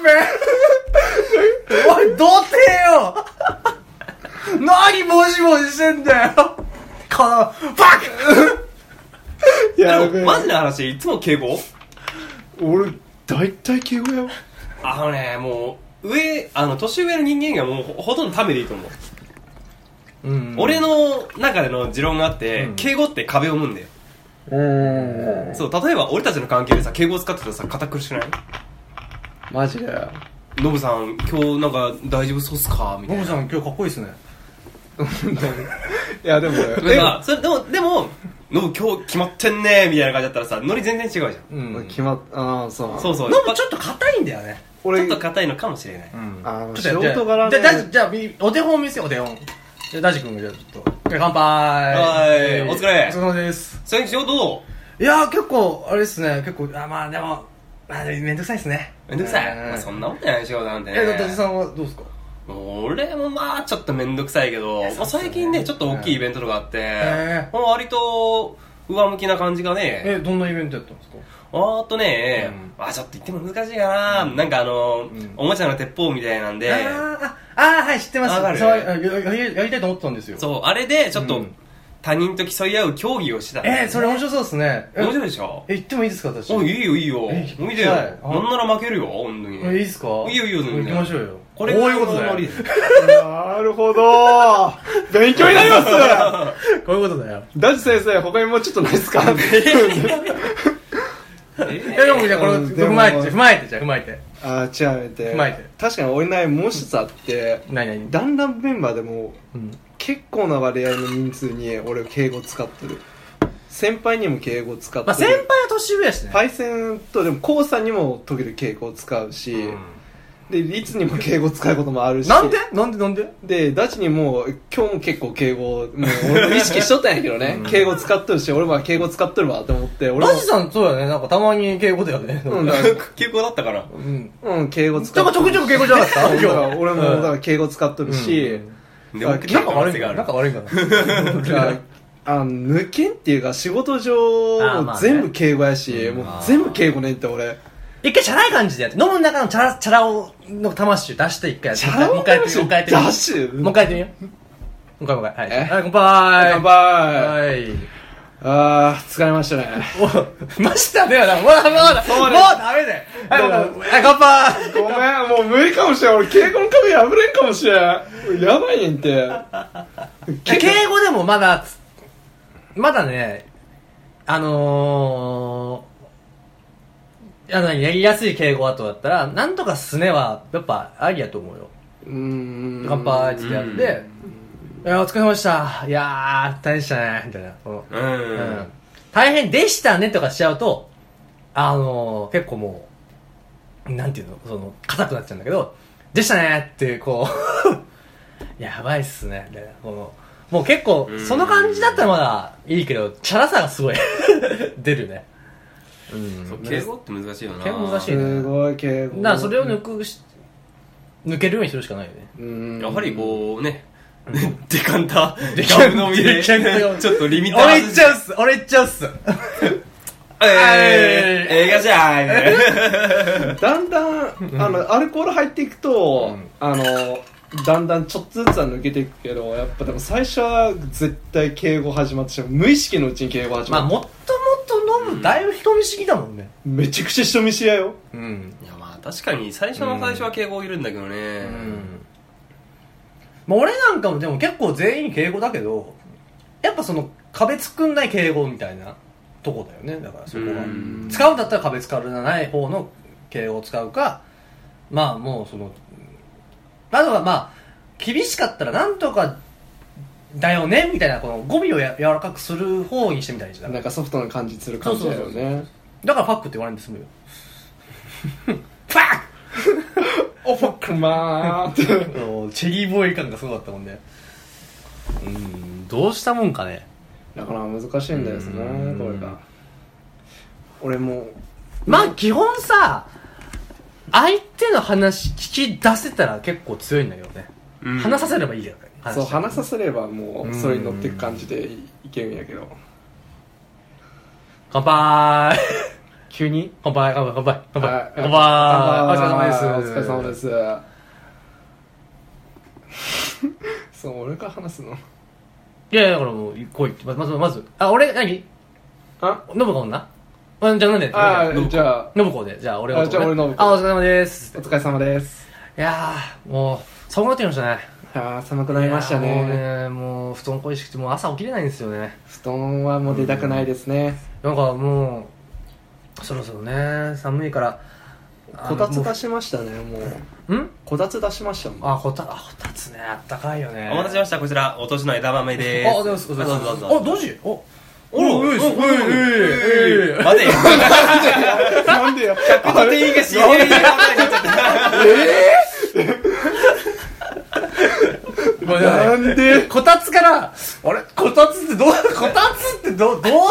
[SPEAKER 1] クおい、童貞よ何もじもじしてんだよこの、バック
[SPEAKER 2] やべえ。
[SPEAKER 3] マジな話、いつも敬語
[SPEAKER 2] 俺、大体敬語よ。
[SPEAKER 3] あのね、もう、上、あの、年上の人間がもうほほとんどためでいいと思う。
[SPEAKER 1] うん
[SPEAKER 3] 俺の中での持論があって、
[SPEAKER 1] うん
[SPEAKER 3] 敬語って壁を生むんだよ。
[SPEAKER 2] うーん。
[SPEAKER 3] そう、例えば俺たちの関係でさ、敬語を使ってたらさ、堅苦しくない
[SPEAKER 2] マジで。
[SPEAKER 3] ノブさん、今日なんか大丈夫そうっすかみた
[SPEAKER 1] も
[SPEAKER 3] いな。
[SPEAKER 1] もさん今日かっこいいっすね。
[SPEAKER 2] いや、でも、
[SPEAKER 3] でまあそれでも、でも、ノブ今日決まってんねみたいな感じだったらさ、ノリ全然違うじゃ
[SPEAKER 1] うん
[SPEAKER 2] え、
[SPEAKER 1] ん。
[SPEAKER 2] 決まっ、ああ、そう。
[SPEAKER 3] ん。そう
[SPEAKER 2] う。
[SPEAKER 3] そう。
[SPEAKER 1] の
[SPEAKER 3] や
[SPEAKER 1] も
[SPEAKER 3] っぱ
[SPEAKER 1] ちょっと硬いんだよね。
[SPEAKER 2] 俺、
[SPEAKER 3] ちょっと硬いのかもしれない。
[SPEAKER 1] ん
[SPEAKER 2] あの
[SPEAKER 1] ちょっとやって
[SPEAKER 2] 仕事柄ね
[SPEAKER 1] じゃあ、じゃあ、みお手本見せよ、お手本。じゃあ、ダジ君がじゃあちょっと。じゃあ乾杯
[SPEAKER 3] はいお疲れ
[SPEAKER 1] お疲れ様です。
[SPEAKER 3] それにしようと、
[SPEAKER 1] いやー結構あれですね結構あまあでもあでもめんどくさいですね
[SPEAKER 3] めんどくさい。
[SPEAKER 1] うん
[SPEAKER 3] まあ、そんなもんじゃない仕事なんてね。
[SPEAKER 1] えだって伊達さんはどうですか
[SPEAKER 3] 俺もまあちょっとめんどくさいけど、まあ、最近ねちょっと大きいイベントとかあって、
[SPEAKER 1] へ
[SPEAKER 3] ま
[SPEAKER 1] ー
[SPEAKER 3] あ割と上向きな感じがね
[SPEAKER 1] えどんなイベントやったんですか
[SPEAKER 3] あーっとね、あちょっと言っても難しいかな、なんかあの、
[SPEAKER 1] ん
[SPEAKER 3] おもちゃの鉄砲みたいなんで
[SPEAKER 1] あーああーはい知ってます
[SPEAKER 3] わかる
[SPEAKER 1] そうややややりたいと思ってたんですよ
[SPEAKER 3] そうあれでちょっ
[SPEAKER 1] う
[SPEAKER 3] と
[SPEAKER 1] ん
[SPEAKER 3] 他人と競い合う競技をしてたんだよね
[SPEAKER 1] えー、それ面白そうですねえ
[SPEAKER 3] 面白いでしょ
[SPEAKER 1] え行ってもいいですか私
[SPEAKER 3] おいいよいいよ
[SPEAKER 1] え聞きたい
[SPEAKER 3] 見てよ、
[SPEAKER 1] はい
[SPEAKER 3] なんなら負けるよ本当に
[SPEAKER 1] えいいですか
[SPEAKER 3] いいよいいよ全然
[SPEAKER 1] 行きましょうよ
[SPEAKER 3] これ
[SPEAKER 1] こ
[SPEAKER 3] ぐ
[SPEAKER 1] う
[SPEAKER 3] ら
[SPEAKER 1] いうこと
[SPEAKER 3] の
[SPEAKER 1] だよ
[SPEAKER 3] ノリです
[SPEAKER 2] なるほど。勉強になります。
[SPEAKER 1] こういうことだよ
[SPEAKER 2] ダジ先生、他にもうちょっとないです か
[SPEAKER 1] えでもじゃあこれ
[SPEAKER 2] うんでも
[SPEAKER 1] 踏まえてじゃあ踏まえてじゃあ踏まえて
[SPEAKER 2] あー、違うて
[SPEAKER 1] 踏まえて。
[SPEAKER 2] 確かに俺ないもう一つあって、
[SPEAKER 1] 何何
[SPEAKER 2] だんだんメンバーでも、
[SPEAKER 1] うん
[SPEAKER 2] 結構な割合の人数に俺敬語使ってる。先輩にも敬語使ってる。
[SPEAKER 1] まあ先輩は年上やしね
[SPEAKER 2] パイセンとでも、コウさんにも時々敬語を使うし、で、リツにも敬語使うこともあるし。
[SPEAKER 1] なんでなんでなんで
[SPEAKER 2] で、ダチにも、今日も結構敬語、もう俺も意識しとったんやけどね、敬語使っとるし、俺も敬語使っとるわと思って、俺も
[SPEAKER 1] ラジ、さんそうだよねなんかたまに敬語だよね
[SPEAKER 2] うん、だか
[SPEAKER 3] 結構だったから
[SPEAKER 1] うん
[SPEAKER 2] らうん、敬語使っ
[SPEAKER 1] ちょこちょこちょこ敬語じゃなかった
[SPEAKER 2] うんだから俺も、
[SPEAKER 1] う
[SPEAKER 2] だ
[SPEAKER 1] ん
[SPEAKER 2] から敬語使っとるし、
[SPEAKER 1] うん
[SPEAKER 3] でも
[SPEAKER 2] あ
[SPEAKER 3] 結構可能性がある
[SPEAKER 1] 仲悪いんかな。
[SPEAKER 2] だからあの、抜けんっていうか、仕事上、
[SPEAKER 1] あま
[SPEAKER 2] も
[SPEAKER 1] あね
[SPEAKER 2] う全部敬語やし、
[SPEAKER 1] うん
[SPEAKER 2] もう全部敬語ねんって俺。
[SPEAKER 1] 一回チャラい感じでやって、飲む中のチャラ、チャラを、の魂を出して一回やって。
[SPEAKER 2] チャラ
[SPEAKER 1] もう一回やってみよう。もう一回やってみよ
[SPEAKER 2] ダッシュ
[SPEAKER 1] う。もう一回やってみよう。もう一回もう一回。は
[SPEAKER 2] え
[SPEAKER 1] い。はい、乾杯
[SPEAKER 2] 乾杯
[SPEAKER 1] はい。
[SPEAKER 2] あー、疲れましたね。
[SPEAKER 1] お、ましたねよな。もう、もう、もうダメだよ。はい、
[SPEAKER 2] どう
[SPEAKER 1] もうはい乾杯
[SPEAKER 2] ごめん、もう無理かもしれん。俺、敬語の壁破れんかもしれん。やばいねんって。
[SPEAKER 1] 敬語でもまだ、まだね、あのー、あの、やりやすい敬語後だったら、なんとかすねは、やっぱ、ありやと思うよ。
[SPEAKER 2] うん
[SPEAKER 1] 乾杯っつってやって、いや、お疲れ様でした。いやー、大変でしたね。みたいな。この
[SPEAKER 3] う、
[SPEAKER 1] うんん。大変でしたねとかしちゃうと、あのー、結構もう、なんていうの、その、硬くなっ ちゃうんだけど、でしたねって、こう、やばいっすね。みたいな。この、もう結構
[SPEAKER 3] うん、
[SPEAKER 1] その感じだったらまだいいけど、チャラさがすごい 出るね。うん。
[SPEAKER 3] そう敬語って難しいよな
[SPEAKER 1] 敬語難しい
[SPEAKER 2] すごい敬語
[SPEAKER 1] だからそれを抜くし、抜けるようにするしかないよね。
[SPEAKER 2] うん
[SPEAKER 3] やはりこうねデカンタ
[SPEAKER 1] デカン
[SPEAKER 3] ガ
[SPEAKER 1] タ
[SPEAKER 3] ム飲みでち
[SPEAKER 1] デカンタガム
[SPEAKER 3] ょっとリミッター
[SPEAKER 1] 俺行っちゃうっす俺行っちゃうっす
[SPEAKER 3] えー、映画じゃんみたいな
[SPEAKER 2] だんだんあのアルコール入っていくと、
[SPEAKER 1] うん
[SPEAKER 2] あのだんだんちょっとずつは抜けていくけどやっぱでも最初は絶対敬語始まってしまう無意識のうちに敬語始
[SPEAKER 1] ま
[SPEAKER 2] ま
[SPEAKER 1] あ、
[SPEAKER 2] る、
[SPEAKER 1] もっともっと飲む、だいぶ人見知りだもんね。
[SPEAKER 2] めちゃくちゃ人見知りやよ
[SPEAKER 1] うん。
[SPEAKER 3] いやまあ確かに最初の最初は敬語いるんだけどね、
[SPEAKER 1] うんまあ、俺なんかもでも結構全員敬語だけどやっぱその壁作んない敬語みたいなとこだよねだからそこは
[SPEAKER 3] うん
[SPEAKER 1] 使うんだったら壁作らない方の敬語を使うかまあもうそのあとはまあ厳しかったらなんとかだよねみたいなこの語尾をや柔らかくする方にしてみたらいいじゃん
[SPEAKER 2] なんかソフトな感じする感じだよ
[SPEAKER 1] そうそう
[SPEAKER 2] ね
[SPEAKER 1] だからファックって言われるんですむ よファック
[SPEAKER 2] おファックマーって
[SPEAKER 1] あのチェリーボーイ感がすごかったもんねうんどうしたもんかね
[SPEAKER 2] だから難しいんだよ
[SPEAKER 1] う
[SPEAKER 2] ね
[SPEAKER 1] ん
[SPEAKER 2] これが俺も
[SPEAKER 1] まあ基本さ相手の話聞き出せたら結構強いんだけどね、
[SPEAKER 3] うん
[SPEAKER 1] 話させればいいじゃん
[SPEAKER 2] そう話さ
[SPEAKER 1] せ
[SPEAKER 2] せればもうそれに乗っていく感じでいいけるんやけど
[SPEAKER 1] 乾杯
[SPEAKER 2] 急に
[SPEAKER 1] 乾杯乾杯乾杯乾
[SPEAKER 2] は
[SPEAKER 1] 杯
[SPEAKER 2] い
[SPEAKER 1] 乾杯お疲れ様です
[SPEAKER 2] お疲れ様です。 そう、俺から話すの。
[SPEAKER 1] いやいやだからもう来いってままずまずあ俺何
[SPEAKER 2] あ
[SPEAKER 1] 信子女あじゃあなんで
[SPEAKER 2] あ
[SPEAKER 1] 信子
[SPEAKER 2] じゃあ、
[SPEAKER 1] 信子でじゃあ俺が
[SPEAKER 2] あじゃあ俺信子
[SPEAKER 1] あお疲れ様です
[SPEAKER 2] お疲れ様です。
[SPEAKER 1] いやーもう寒くなってきましたね
[SPEAKER 2] ああ、寒くなりました
[SPEAKER 1] いやーもう
[SPEAKER 2] ね。
[SPEAKER 1] ねもう布団恋しくてもう朝起きれないんですよね
[SPEAKER 2] 布団はもう出たくないですね。
[SPEAKER 1] なんかもうそろそろね寒いから
[SPEAKER 2] こたつ出しましたね、もう。
[SPEAKER 1] あのもうん
[SPEAKER 2] こたつ出しましたもん。
[SPEAKER 1] あこたあこたつねあったかいよね
[SPEAKER 3] お待たせしましたこちらお年の枝豆で
[SPEAKER 1] あ
[SPEAKER 3] す
[SPEAKER 1] どうぞどうぞ
[SPEAKER 3] どう
[SPEAKER 1] ど
[SPEAKER 3] ぞ
[SPEAKER 1] うぞ
[SPEAKER 3] ど
[SPEAKER 1] あ
[SPEAKER 3] う
[SPEAKER 1] ど
[SPEAKER 3] ぞ
[SPEAKER 1] うしお
[SPEAKER 3] おろ
[SPEAKER 1] おいおいお
[SPEAKER 3] おい
[SPEAKER 1] い
[SPEAKER 3] おい
[SPEAKER 1] おいおい
[SPEAKER 3] 待てよ
[SPEAKER 2] なんでよ。
[SPEAKER 3] あれいいがしいい
[SPEAKER 1] ごめんなさい
[SPEAKER 2] なんで
[SPEAKER 1] こたつからあれこたつってどうこたつってどうどう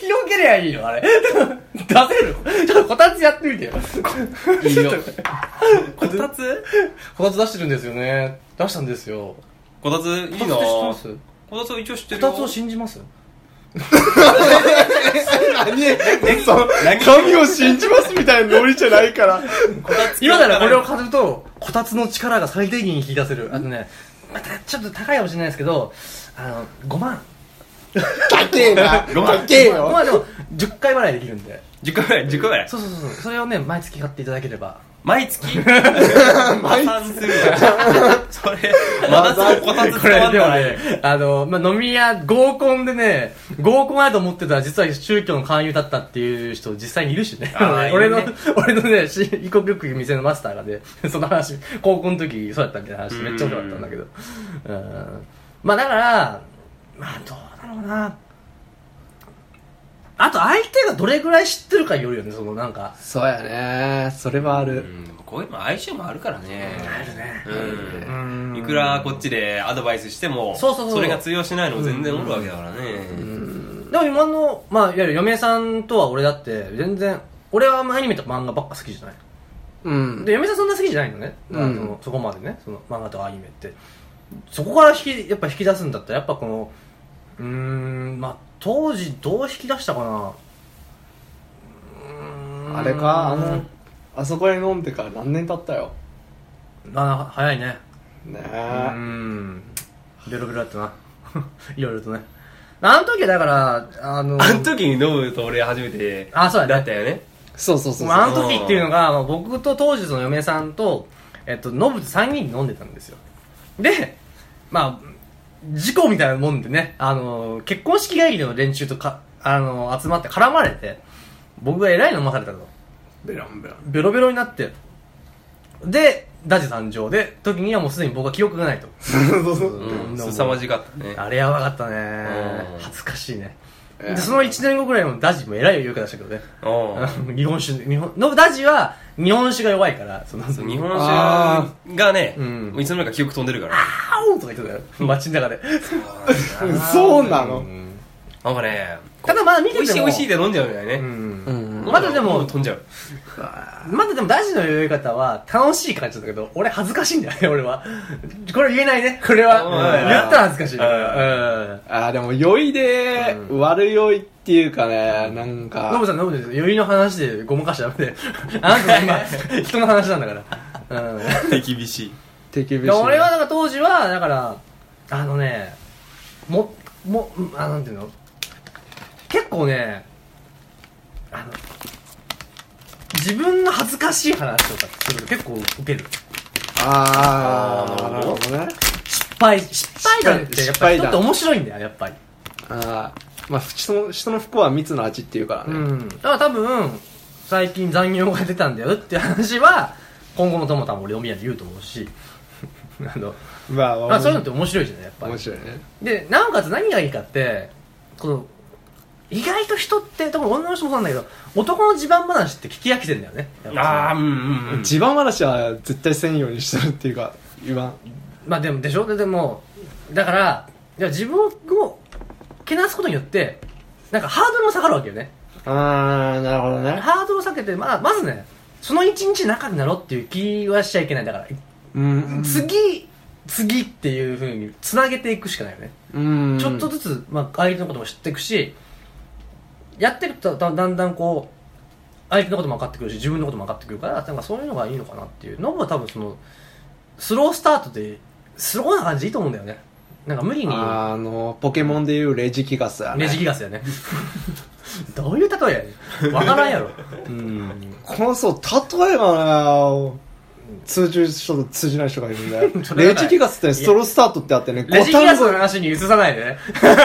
[SPEAKER 1] 広げりゃいいのあれ出せるちょっとこたつやってみてよ
[SPEAKER 3] いよこたつ
[SPEAKER 1] こたつ出してるんですよね出したんですよ
[SPEAKER 3] こたついいな
[SPEAKER 1] こたつって知ってます
[SPEAKER 3] こたつを一応知って
[SPEAKER 1] こ
[SPEAKER 3] るよ
[SPEAKER 1] たつを信じます
[SPEAKER 2] 何そう、神を信じますみたいなノリじゃないから。
[SPEAKER 3] こたつ
[SPEAKER 1] 今ならこれを飾るとこたつの力が最低限引き出せるあのねまたちょっと高いかもしれないですけどあの5万
[SPEAKER 2] 高えな。高え
[SPEAKER 1] まあ
[SPEAKER 2] よ。
[SPEAKER 1] まあでも10回払いできるんで
[SPEAKER 3] 10個ぐらい10個ぐらい
[SPEAKER 1] そうそうそうそれをね毎月買っていただければ
[SPEAKER 3] 毎 月毎月するわそれまたこたつ
[SPEAKER 1] これ
[SPEAKER 3] 使わん
[SPEAKER 1] でも
[SPEAKER 3] だね
[SPEAKER 1] ねあの、まあ、飲み屋合コンでね合コンやと思ってたら実は宗教の勧誘だったっていう人実際にいるしね
[SPEAKER 3] あ ー
[SPEAKER 1] 俺の
[SPEAKER 3] いるね
[SPEAKER 1] 俺のねし異国よく行く店のマスターがねその話高校の時そうだったみたいな話めっちゃ面白かったんだけどうんまあだからまあどうだろうなあと相手がどれぐらい知ってるかによるよねそのなんか
[SPEAKER 2] そうやね。それはある。
[SPEAKER 3] うんこういうの相性もあるからね
[SPEAKER 1] あるね
[SPEAKER 3] うん
[SPEAKER 1] うん
[SPEAKER 3] いくらこっちでアドバイスしても
[SPEAKER 1] そうそうそう
[SPEAKER 3] れが通用しないのも全然おるわけだからね
[SPEAKER 1] でも今の、まあ、いわゆる嫁さんとは俺だって、全然、俺はあんまアニメとか漫画ばっか好きじゃない。
[SPEAKER 2] うん。
[SPEAKER 1] で、嫁さんそんな好きじゃないのね。
[SPEAKER 2] うん
[SPEAKER 1] あのそこまでね、その漫画とかアニメって。そこから引き、やっぱ引き出すんだったら、やっぱこの、うーん、まあ、当時どう引き出したかな。うーん
[SPEAKER 2] あれか、あの、あそこへ飲んでから何年経ったよ。
[SPEAKER 1] あ、早いね。
[SPEAKER 2] ね
[SPEAKER 1] う
[SPEAKER 2] え。
[SPEAKER 1] ん。ベロベロだったな。 いろいろとね。あの時はだから、あの、
[SPEAKER 3] あの時に飲むと俺初めて
[SPEAKER 1] あそうだね
[SPEAKER 3] ったよね
[SPEAKER 2] そうそうそうそう。
[SPEAKER 1] まあ、あの時っていうのが、まあ、僕と当時その嫁さんと、えっと、ノブと3人で飲んでたんですよ。で、まあ、事故みたいなもんでね、あの、結婚式会議の連中とか、あの、集まって絡まれて、僕が偉い飲まされたと。
[SPEAKER 2] ベロンベロン。
[SPEAKER 1] ベロベロになって、で、ダジ誕生で、時にはもうすでに僕は記憶がないと。
[SPEAKER 2] そうそうそう。
[SPEAKER 3] うん
[SPEAKER 1] うん
[SPEAKER 3] 凄まじかったね
[SPEAKER 1] あれやばかったね
[SPEAKER 3] うん。
[SPEAKER 1] 恥ずかしいね。でその1年後ぐらいのダジも偉い言う方でしたけどね
[SPEAKER 3] おう
[SPEAKER 1] 日本酒日本のダジは日本酒が弱いからその
[SPEAKER 3] そう日本
[SPEAKER 2] あ
[SPEAKER 3] 酒がね、
[SPEAKER 1] うん
[SPEAKER 3] いつの間にか記憶飛んでるから。
[SPEAKER 1] アオーとか言ってたよ街の中で
[SPEAKER 2] うんそうなの
[SPEAKER 3] なんかね、
[SPEAKER 1] ただまあ見て
[SPEAKER 3] 美味し
[SPEAKER 1] て
[SPEAKER 3] い美
[SPEAKER 1] も
[SPEAKER 3] 味しいで飲んじゃうんだよ
[SPEAKER 1] う
[SPEAKER 3] ね。
[SPEAKER 1] ん
[SPEAKER 2] うん
[SPEAKER 1] まだ でも
[SPEAKER 3] 飛んじゃう。
[SPEAKER 1] まだでも大事の言い方は楽しい感じだったけど、俺恥ずかしいんだよね、 俺は。これ言えないね、これは。
[SPEAKER 3] うん
[SPEAKER 1] 言ったら恥ずかしい。うん。
[SPEAKER 2] あーでも酔いで、悪酔いっていうかねな
[SPEAKER 1] ノ
[SPEAKER 2] ん
[SPEAKER 1] ブ
[SPEAKER 2] か
[SPEAKER 1] さん、ノブです。余裕の話でごまかしちゃダメ で。あなたは今、人の話なんだから。うん。
[SPEAKER 3] 手厳しい。
[SPEAKER 2] 手厳しい
[SPEAKER 1] で俺は、だから当時は、だから、あのね、も、も、あ、なんていうの結構ね、あの、自分の恥ずかしい話とかすると結構受ける。
[SPEAKER 2] あ
[SPEAKER 3] あ
[SPEAKER 2] あ
[SPEAKER 3] ー
[SPEAKER 2] なるほどね
[SPEAKER 1] 失敗、失敗談ってやっぱり
[SPEAKER 2] 失敗
[SPEAKER 1] 人
[SPEAKER 2] 談
[SPEAKER 1] って面白いんだよ、やっぱり。
[SPEAKER 2] あーまあ人の人の不幸は蜜の味っていうから
[SPEAKER 1] う
[SPEAKER 2] ね、
[SPEAKER 1] ん。だから多分、最近残業が出たんだよって 話は、今後もともたも俺飲み屋で言うと思うし、 あの、
[SPEAKER 2] まあ、ま
[SPEAKER 1] まあそういうのって面白いじゃない、やっぱり
[SPEAKER 2] 面。白いね
[SPEAKER 1] で、なおかつ何がいいかって、この、意外と人って、特に女の人もそうなんだけど、男の地盤話って聞き飽きてんだよね。やっぱ
[SPEAKER 3] ああ、うんうんうん。
[SPEAKER 2] 地盤話は絶対せんようにしてるっていうか言わん
[SPEAKER 1] まあでも、でしょででも、だから、いや自分をけなすことによって、なんかハードルも下がるわけよね。
[SPEAKER 2] ああなるほどね
[SPEAKER 1] ハードルを避けて、まあ、まずね、その一日中になろうっていう気はしちゃいけない。だから、
[SPEAKER 2] うん
[SPEAKER 1] 次、次っていう風に繋げていくしかないよね。
[SPEAKER 2] うん
[SPEAKER 1] ちょっとずつ、まあ、相手のことも知っていくし、やってるとだだんだんこう、相手のことも分かってくるし、自分のことも分かってくるから、なんかそういうのがいいのかなっていう。ノブは多分その、スロースタートで、スローな感じでいいと思うんだよね。なんか無理に、
[SPEAKER 2] あのポケモンでいうレジギガスだね
[SPEAKER 1] ねじギガスだよね。 どういう例えやねん。わからん やろ。
[SPEAKER 2] うんこのそう例えばね通じる人と通じない人がいるんで
[SPEAKER 1] それは
[SPEAKER 2] レ
[SPEAKER 1] ない
[SPEAKER 2] ジギガスってストロースタートってあってね
[SPEAKER 1] レジギ
[SPEAKER 2] 単
[SPEAKER 1] ガス
[SPEAKER 2] 語
[SPEAKER 1] の話に移さないでね。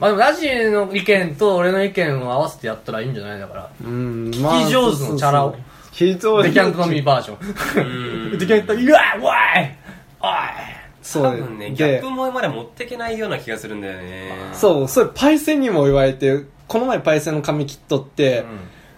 [SPEAKER 1] まあでもラジの意見と俺の意見を合わせてやったらいいんじゃないだから。
[SPEAKER 2] うん
[SPEAKER 1] 聞き上手のチャラ男
[SPEAKER 2] 聞き上手
[SPEAKER 1] デキャントのみバージョン。デキャント、うわうわいおい
[SPEAKER 2] そ
[SPEAKER 3] 多分
[SPEAKER 2] う
[SPEAKER 3] ね、ギャッ
[SPEAKER 2] で
[SPEAKER 3] プ萌えまで持ってけないような気がするんだよね。
[SPEAKER 2] そうそれパイセンにも言われてこの前パイセンの髪切っとって、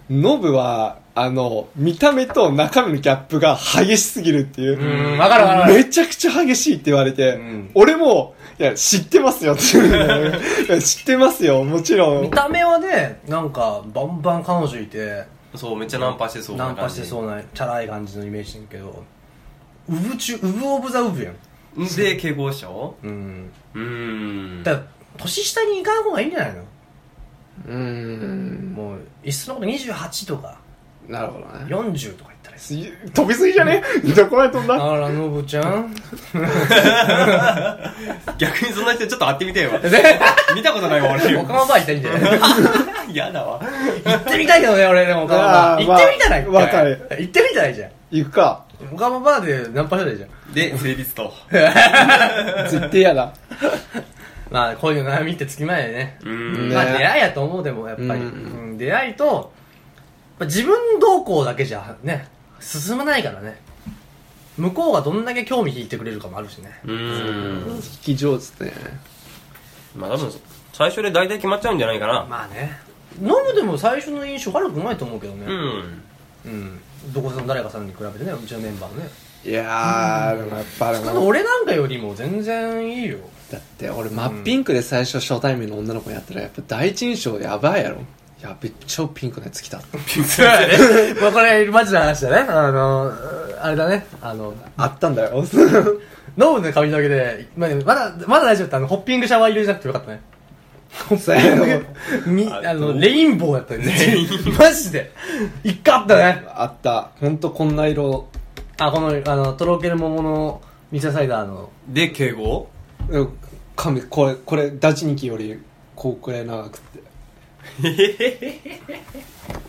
[SPEAKER 2] ノブはあの見た目と中身のギャップが激しすぎるっていうう、
[SPEAKER 1] ん、わかるわかる。
[SPEAKER 2] めちゃくちゃ激しいって言われて、
[SPEAKER 1] ん
[SPEAKER 2] 俺もいや知ってますよって言うんだ よねいや知ってますよもちろ
[SPEAKER 1] 見
[SPEAKER 2] ん
[SPEAKER 1] た目はね、なんか、バンバン彼女いて、
[SPEAKER 3] そう、めっちゃナンパしてそうな
[SPEAKER 1] ナ
[SPEAKER 3] 感
[SPEAKER 1] ン
[SPEAKER 3] じ。
[SPEAKER 1] パしてそうな、チャラい感じのイメージだけど、ウブ中、ウブオブザウブやん。
[SPEAKER 3] で、敬語でしょ
[SPEAKER 1] うん。
[SPEAKER 3] うーん。
[SPEAKER 1] だから、年下に行かん方がいいんじゃないの
[SPEAKER 2] うん
[SPEAKER 1] もう、いっそのこと28とか、
[SPEAKER 2] なるほどね
[SPEAKER 1] 40とか言ったらいいっす
[SPEAKER 2] 飛びすぎじゃねどこまで飛んだ
[SPEAKER 1] あら、ノブちゃん。
[SPEAKER 3] 逆にそんな人ちょっと会ってみてよ。見たことないわ、俺。
[SPEAKER 1] 岡山バー行きたいんじゃない
[SPEAKER 3] やだわ。
[SPEAKER 1] 行ってみたいけどね、俺でも岡山バ
[SPEAKER 2] あ
[SPEAKER 1] ー。
[SPEAKER 2] ー
[SPEAKER 1] 行
[SPEAKER 2] ま
[SPEAKER 1] っ
[SPEAKER 2] あ
[SPEAKER 1] てみたら一回
[SPEAKER 2] わかる。
[SPEAKER 1] 行ってみたらいいじゃん。
[SPEAKER 2] 行く か
[SPEAKER 1] 岡山バーでナンパしたらいいじゃん。
[SPEAKER 3] で、成立と。
[SPEAKER 2] 絶対嫌だ
[SPEAKER 1] まあ、こういう悩みってつきまえでね。
[SPEAKER 3] うーん。
[SPEAKER 1] まあ、
[SPEAKER 2] ね
[SPEAKER 1] 出会いやと思うでも、やっぱり。
[SPEAKER 2] うん
[SPEAKER 1] うん出会いと、まあ自分同行だけじゃね、進まないからね。向こうがどんだけ興味引いてくれるかもあるしね。
[SPEAKER 3] うーん。
[SPEAKER 2] 聞き上手ね
[SPEAKER 3] まあ多分、最初で大体決まっちゃうんじゃないかな。
[SPEAKER 1] まあね。飲むでも最初の印象悪くないと思うけどね。
[SPEAKER 3] うん。
[SPEAKER 1] うん。どこさん誰かさんに比べてね、うちのメンバーね。
[SPEAKER 2] いやーでもやっぱで
[SPEAKER 1] ただ
[SPEAKER 2] も
[SPEAKER 1] 俺なんかよりも全然いいよ。
[SPEAKER 2] だって俺真っピンクで最初初対面の女の子にやったらやっぱ第一印象やばいやろいやべっちゃピンクのやつ来た
[SPEAKER 1] まあこれマジな話だね。あの、あれだね。あの、
[SPEAKER 2] あったんだ よ
[SPEAKER 1] ノブの髪の毛で、まあ、まだ、まだ大丈夫だった。あの、ホッピングシャワー入れじゃなくてよかったね。
[SPEAKER 2] そうやろ
[SPEAKER 1] み、
[SPEAKER 3] あ
[SPEAKER 1] あ
[SPEAKER 3] ど
[SPEAKER 1] の、
[SPEAKER 3] う
[SPEAKER 1] レインボーだったね。マジで。一回あったね。
[SPEAKER 2] あったほんとこんな色
[SPEAKER 1] あ、この、あの、とろける桃のミササイダーの、
[SPEAKER 3] で、敬語
[SPEAKER 2] うん髪これこれダチニキよりこうくらい長くって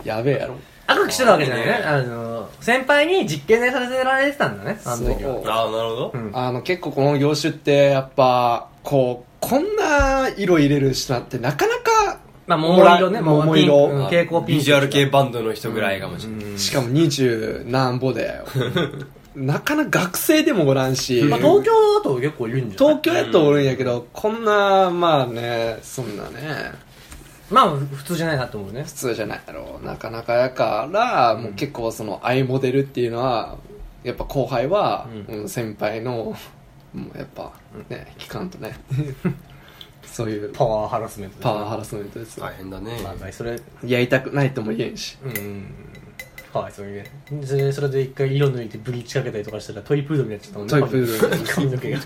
[SPEAKER 2] やべえやろ
[SPEAKER 1] 赤くしてたわけじゃないね。
[SPEAKER 3] あいいね
[SPEAKER 1] あの、先輩に実験でさせられてたんだね、あの時は。
[SPEAKER 2] そう
[SPEAKER 3] ああ、なるほど
[SPEAKER 1] う。ん
[SPEAKER 2] あの結構この業種ってやっぱこうこんな色入れる人なんてなかなか、
[SPEAKER 1] まあ、桃色ね、
[SPEAKER 2] 桃
[SPEAKER 1] ピンク
[SPEAKER 2] 色
[SPEAKER 1] うん蛍光ピンク。
[SPEAKER 3] ビジュアル系バンドの人ぐらいかもしれない。
[SPEAKER 2] しかも二十何歩でなかなか学生でもおらんし、
[SPEAKER 1] まあ、東京だと結構いるんじゃない
[SPEAKER 2] 東京やとおるんやけど、こんな、まあね、そんなね、
[SPEAKER 1] まあ普通じゃないなと思うね
[SPEAKER 2] 普通じゃないやろう。なかなかやから、もう結構その、愛モデルっていうのは、やっぱ後輩は、
[SPEAKER 1] う
[SPEAKER 2] うん先輩の、もうやっぱね、聞かんとね、そういう
[SPEAKER 1] パワーハラスメント
[SPEAKER 2] パワーハラスメントですよ
[SPEAKER 3] 大。変だね。
[SPEAKER 1] まあそれ
[SPEAKER 2] やりたくないとも言えん し。
[SPEAKER 1] うんかわいそうにねそれそれで一回色抜いてブリーチかけたりとかしたらトイプードルになっちゃったもんね
[SPEAKER 2] トイプードル
[SPEAKER 1] 髪の毛が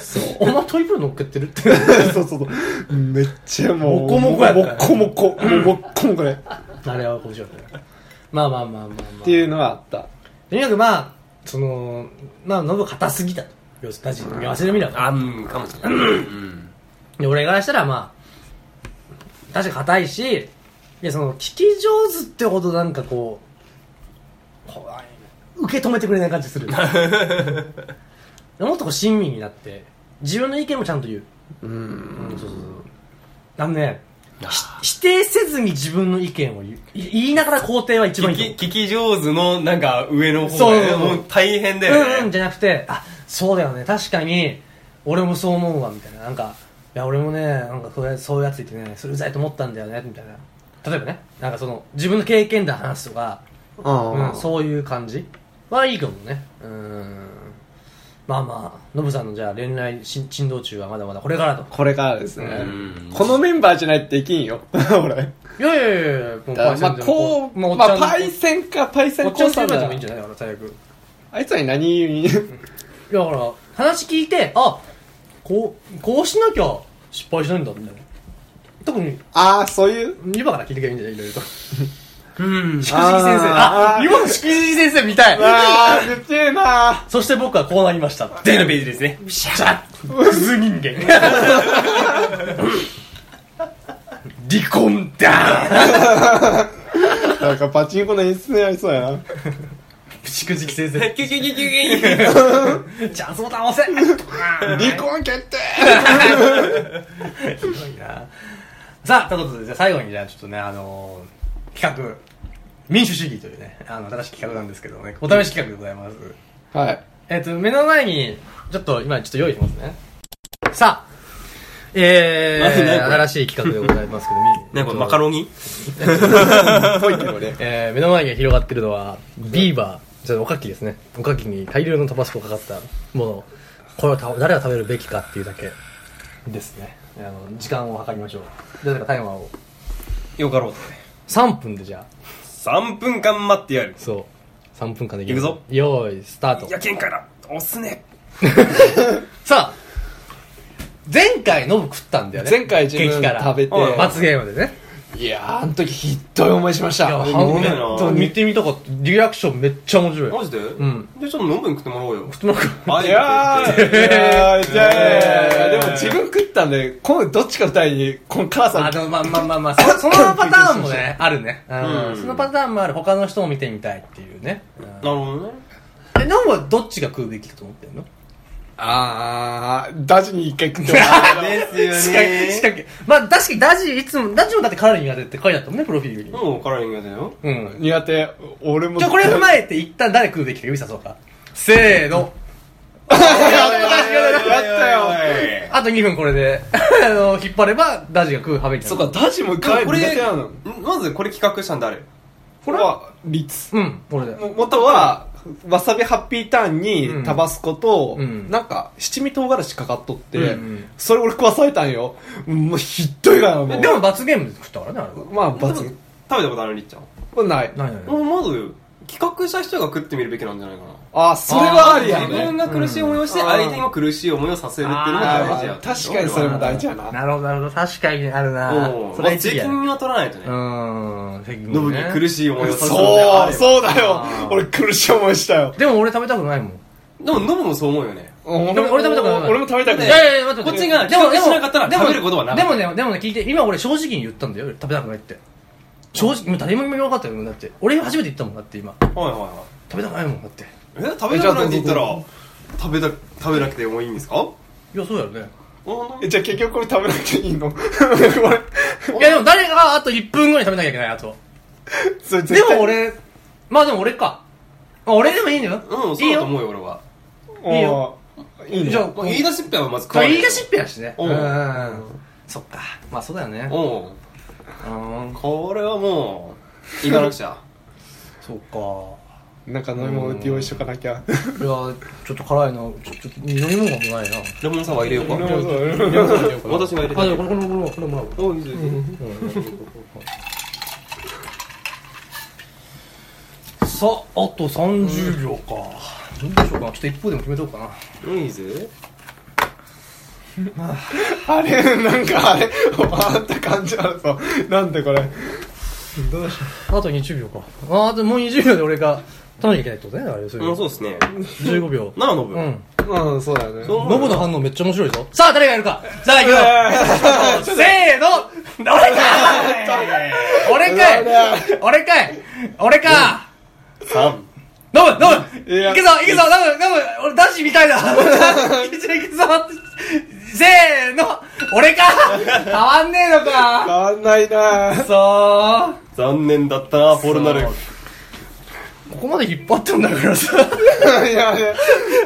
[SPEAKER 1] そうお前トイプードル乗っけてるって
[SPEAKER 2] そうそうそう。めっちゃもう。
[SPEAKER 1] モコモコやったね
[SPEAKER 2] もこもこ。もうもこもこね。っ
[SPEAKER 1] あれは面白かったねまあまあまあまあまあ
[SPEAKER 2] ていうのはあった。
[SPEAKER 1] とにかくまあそのまあノブ硬すぎたと要するに立ち言わせてみれば
[SPEAKER 3] あんかもしれない。うん。
[SPEAKER 1] で俺からしたらまあ確か硬いしでその聞き上手ってほどなんかこうこう受け止めてくれない感じす るもっとこう親身になって自分の意見もちゃんと言う
[SPEAKER 2] うん。
[SPEAKER 1] そうそうそうあのねひ否定せずに自分の意見を言うい言いながら肯定は一番い
[SPEAKER 3] 聞
[SPEAKER 1] いと思う
[SPEAKER 3] き、聞き上手の、なんか、上の方
[SPEAKER 1] そう
[SPEAKER 3] だよね。もう大変だ
[SPEAKER 1] うん
[SPEAKER 3] よ
[SPEAKER 1] うん
[SPEAKER 3] ね。
[SPEAKER 1] じゃなくてあそうだよね確かに俺もそう思うわみたいななんかいや俺もねなんかそれそういうやついてねそれうざいと思ったんだよねみたいな例えばねなんかその自分の経験談話すとか、
[SPEAKER 2] あ
[SPEAKER 1] うん、
[SPEAKER 2] そ
[SPEAKER 1] そういう感じはいいかもねうんまあまあノブさんのじゃあ恋愛し珍道中はまだまだこれからと
[SPEAKER 2] う。これからですね
[SPEAKER 3] ん。
[SPEAKER 2] このメンバーじゃないとできんよ。 俺。
[SPEAKER 1] いやいやいやいやもう
[SPEAKER 2] だからまあ、こう、まあ、パイ
[SPEAKER 1] ン
[SPEAKER 2] センか、パイセ
[SPEAKER 1] お
[SPEAKER 2] ン
[SPEAKER 1] っちゃん
[SPEAKER 2] コ
[SPEAKER 1] と
[SPEAKER 2] さ
[SPEAKER 1] 呼
[SPEAKER 2] ん
[SPEAKER 1] ばれ
[SPEAKER 2] だ
[SPEAKER 1] ても
[SPEAKER 2] ない
[SPEAKER 1] いんじゃないかな最悪
[SPEAKER 2] あいつらに何言う
[SPEAKER 1] いやだから話聞いてあこうこうしなきゃ失敗しないんだみたいな特に
[SPEAKER 2] ああ、そういう。
[SPEAKER 1] 今から聞いてくればいいんじゃないいろいろと
[SPEAKER 3] うん。
[SPEAKER 1] しくじり先生
[SPEAKER 2] あー
[SPEAKER 1] あ今のしくじり先生見たい
[SPEAKER 2] ああ、言ってえな
[SPEAKER 1] そして僕はこうなりました
[SPEAKER 3] でのページですね。
[SPEAKER 1] シャックズ人間離婚だ
[SPEAKER 2] なんかパチンコの演出にありそうやな。
[SPEAKER 1] しくじり先
[SPEAKER 3] キュ
[SPEAKER 1] 生
[SPEAKER 3] キュキュキュキュ
[SPEAKER 1] チャンスボタン押せ
[SPEAKER 2] 離婚決定
[SPEAKER 1] すごいなさあということでじゃあ最後にじゃあちょっとねあのー企画民主主義というねあの新しい企画なんですけどねお試し企画でございます、
[SPEAKER 2] はい。
[SPEAKER 1] えっ、と、目の前に、ちょっと今ちょっと用意しますね。さあ、え
[SPEAKER 3] 何何
[SPEAKER 1] ー、
[SPEAKER 3] これ
[SPEAKER 1] 新しい企画でございます けど、み
[SPEAKER 3] なんかマカロニ
[SPEAKER 2] ぽいけどね。
[SPEAKER 1] えー、目の前に広がってるのは、ビーバー、ちょっとおかきですね。おかきに大量のタバスコがかかったもの。これをた誰が食べるべきかっていうだけですね。あの、時間を測りましょう。誰かタイマーを。
[SPEAKER 3] よかろうと。
[SPEAKER 1] 3分でじゃあ、
[SPEAKER 3] 3分間待ってやる。
[SPEAKER 1] そう。3分間でい
[SPEAKER 3] 行くぞ。
[SPEAKER 1] よーい、スタート
[SPEAKER 3] い。や、喧嘩だ。押すね。
[SPEAKER 1] さあ、前回ノブ食ったんだよね。
[SPEAKER 2] 前回自分
[SPEAKER 1] 激辛
[SPEAKER 2] 食べて
[SPEAKER 1] うん罰ゲームでね。
[SPEAKER 2] いやー、あの時ひっどい思いしまし
[SPEAKER 1] いや、
[SPEAKER 2] た。
[SPEAKER 1] 本
[SPEAKER 3] ね
[SPEAKER 1] 当に見てみたかった。リアクションめっちゃ面白い。。
[SPEAKER 3] マジでうんじゃあちょっと飲むに食ってもらおうよ。
[SPEAKER 1] なんか、
[SPEAKER 3] あ
[SPEAKER 2] いや
[SPEAKER 3] いいよ
[SPEAKER 2] ー、いやー、いや
[SPEAKER 3] え
[SPEAKER 2] ー
[SPEAKER 3] ー
[SPEAKER 2] でも自分食ったんで、このどっちか二人に、この辛さ
[SPEAKER 1] あ、
[SPEAKER 2] に
[SPEAKER 1] でもまあまあまあまあ、そその パターンもね、あるね。うん
[SPEAKER 3] うん
[SPEAKER 1] そのパターンもある。他の人も見てみたいっていうね。うん
[SPEAKER 3] なるほどね。
[SPEAKER 1] え、ノブはどっちが食うべきだと思ってんの
[SPEAKER 2] あー、ダジに一回食ってもらう
[SPEAKER 3] ですよ
[SPEAKER 1] 仕掛け、仕
[SPEAKER 3] ね。
[SPEAKER 1] 掛け。まあ確かにダジ、いつも、ダジもだってカロリー苦手って書いてあったもんね、プロフィールに。
[SPEAKER 3] もうマカロニがだよ。
[SPEAKER 1] うん。
[SPEAKER 2] 苦手、俺も。
[SPEAKER 1] じゃあこれ踏まえて一旦誰食うべきか指さそうか。せーの。
[SPEAKER 2] やったよ。
[SPEAKER 3] よ。
[SPEAKER 1] あと2分これで、 あの、引っ張ればダジが食う羽目になる。
[SPEAKER 2] そっか、ダジも一回
[SPEAKER 3] こ
[SPEAKER 2] 苦手
[SPEAKER 3] れ
[SPEAKER 2] なの。、
[SPEAKER 3] まずこれ企画したん誰
[SPEAKER 2] これは、リツ。
[SPEAKER 1] うん、これで。
[SPEAKER 2] も元は、わさびハッピーターン
[SPEAKER 1] うん
[SPEAKER 2] にタバスコと、
[SPEAKER 1] うん
[SPEAKER 2] なんか、七味唐辛子かかっとって、
[SPEAKER 1] うんうん
[SPEAKER 2] それ俺食わされたんよ。もうひっどいから、もう。
[SPEAKER 1] でも、罰ゲームで食ったからね、あれは。
[SPEAKER 2] まあ、罰
[SPEAKER 3] 食べたことあるりっちゃん。
[SPEAKER 2] これない。
[SPEAKER 1] ないないない
[SPEAKER 3] もうまず、企画した人が食ってみるべきなんじゃないかな。
[SPEAKER 2] あ、それはありや
[SPEAKER 3] 自分
[SPEAKER 2] ね。
[SPEAKER 3] が苦しい思いをして、
[SPEAKER 2] うん
[SPEAKER 3] 相手にも苦しい思いをさせるっていうのが大事や
[SPEAKER 2] あー確かにそれも大事やな。
[SPEAKER 1] なるほど、なるほど。確かにあるな
[SPEAKER 3] うん
[SPEAKER 1] それは一理
[SPEAKER 3] 責
[SPEAKER 1] やね
[SPEAKER 3] 任は取らないとね
[SPEAKER 1] う。ーん、責任ね。
[SPEAKER 3] ノブに苦しい思いをさせる
[SPEAKER 2] そう、
[SPEAKER 3] う
[SPEAKER 2] そうだよ
[SPEAKER 1] あー。
[SPEAKER 2] 俺苦しい思いしたよ。
[SPEAKER 1] でも俺食べたくないもん。
[SPEAKER 3] でもノブもそう思うよね。
[SPEAKER 2] 俺
[SPEAKER 1] も俺食べたくない
[SPEAKER 2] 俺も食べたく
[SPEAKER 1] い
[SPEAKER 2] ない。
[SPEAKER 1] やいや、待って
[SPEAKER 3] こっちが
[SPEAKER 1] でもでも
[SPEAKER 3] 企画しなかったら
[SPEAKER 1] でも
[SPEAKER 3] 食べることはなか
[SPEAKER 1] で
[SPEAKER 3] った
[SPEAKER 1] もね、でもね、聞いて、今俺正直に言ったんだよ。食べたくないって。正直、もう誰も言わなかったよ。だって。俺初めて言ったもんだって、今。
[SPEAKER 3] はいはいは
[SPEAKER 1] 食べたくないもんだって。
[SPEAKER 3] い。え、食べたくないって言ったら、食べた、食べなくてもいいんですか
[SPEAKER 1] いや、そうやろね。
[SPEAKER 2] えじゃあ結局これ食べなくていいの これ
[SPEAKER 1] いや、でも誰があと1分後に食べなきゃいけない、あと。
[SPEAKER 2] それ
[SPEAKER 1] で
[SPEAKER 2] 絶対
[SPEAKER 1] も俺、まあでも俺か。あ俺でもいいんだよ。
[SPEAKER 3] うん、
[SPEAKER 1] い
[SPEAKER 3] そう
[SPEAKER 1] い
[SPEAKER 3] だと
[SPEAKER 1] よ。
[SPEAKER 3] 思うよ、俺は。
[SPEAKER 1] いいよ
[SPEAKER 2] あーいいね
[SPEAKER 1] じゃあ、
[SPEAKER 3] まあ言い出しっぺはまず食
[SPEAKER 1] ま
[SPEAKER 3] わ
[SPEAKER 1] あ
[SPEAKER 3] ない。
[SPEAKER 1] 言い出しっぺやしね。
[SPEAKER 3] う
[SPEAKER 1] うんん。そっか。まあそうだよね。
[SPEAKER 3] うん。
[SPEAKER 1] うん。
[SPEAKER 3] これはもう、行かなくちゃ。
[SPEAKER 1] そうか。
[SPEAKER 2] なんか飲み物用意しとかなきゃ
[SPEAKER 1] いや、ちょっと辛いな。ちょちょっと飲み物がもないな。
[SPEAKER 3] レモンサワー入れようか。
[SPEAKER 2] 飲み物用意しとかなきゃ
[SPEAKER 3] 私が入れ
[SPEAKER 1] あ、じゃあこ
[SPEAKER 3] て。
[SPEAKER 1] れこれこれこれもらおう。
[SPEAKER 3] おいいぞいいぞ
[SPEAKER 1] さあ、あと30秒か。どうでしょうかな。ちょっと一方でも決めとこうか
[SPEAKER 3] うんいいぜ。
[SPEAKER 2] あれなんかあれあった感じあるぞなんでこれどうしよ
[SPEAKER 1] な。あと20秒か。ああともう20秒で俺が取らなきゃいけないってことね。あれ、それ。
[SPEAKER 3] うん、そうですね。
[SPEAKER 1] 15秒。
[SPEAKER 3] なあ、ノブ。
[SPEAKER 1] うん。
[SPEAKER 2] ううんそうだよね
[SPEAKER 3] そう
[SPEAKER 1] ノブの反応めっちゃ面白いぞ。さあ、誰がやるかさあ、行くよ せーの俺かい俺かい俺かい俺か
[SPEAKER 3] 三。
[SPEAKER 1] ノブノブ
[SPEAKER 2] いや
[SPEAKER 1] いけぞいけぞノブノブ俺男子みたいだいけぞいけぞせーの俺か変わんねえのか
[SPEAKER 2] 変わんないな
[SPEAKER 1] く そー
[SPEAKER 3] 残念だったな、フォルナル。
[SPEAKER 1] ここまで引っ張ってんだからさ
[SPEAKER 2] いやいや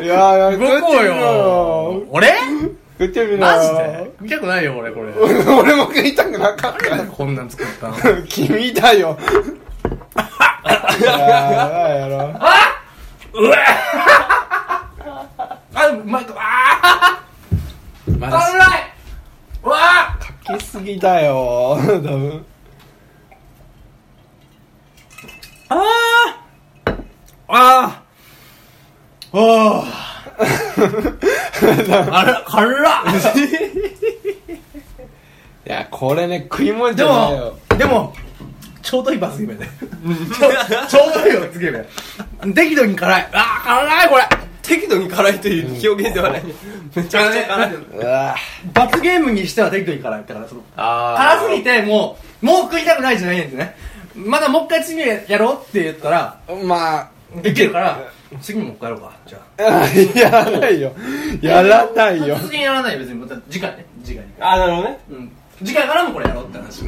[SPEAKER 2] いやいや
[SPEAKER 1] 動こうよ俺
[SPEAKER 2] 食ってみろ
[SPEAKER 1] マジで見たくないよ俺これ
[SPEAKER 2] 俺も食いたくなかった
[SPEAKER 1] こんなん作ったの
[SPEAKER 2] 君だよやばいやろ
[SPEAKER 1] うわあうまいとあ
[SPEAKER 3] マ
[SPEAKER 1] あ危ないうわ
[SPEAKER 2] かきすぎだよ多分
[SPEAKER 3] あああ
[SPEAKER 1] あ ああら辛っ
[SPEAKER 2] いやこれね食い物じ
[SPEAKER 1] で
[SPEAKER 2] ゃないよ
[SPEAKER 1] もでもちょうどいい罰ゲームや ねちょうどいい罰ゲームや適度に辛いあー辛いこれ
[SPEAKER 3] 適度に辛いという表現ではない。めちゃくちゃ辛い。
[SPEAKER 2] うわ
[SPEAKER 1] 罰ゲームにしては適度に辛いだからその
[SPEAKER 3] あ
[SPEAKER 1] 辛すぎてもうもう食いたくないじゃないんですねまだもう一回次やろうって言ったら
[SPEAKER 2] まあ
[SPEAKER 1] できるから次もう一回やろうかじゃあ
[SPEAKER 2] やらないよ。やらないよ。
[SPEAKER 1] 次にやらないよ別にまた次回ね次回に
[SPEAKER 3] あー、なるほどね。
[SPEAKER 1] うん次回からもこれやろうって話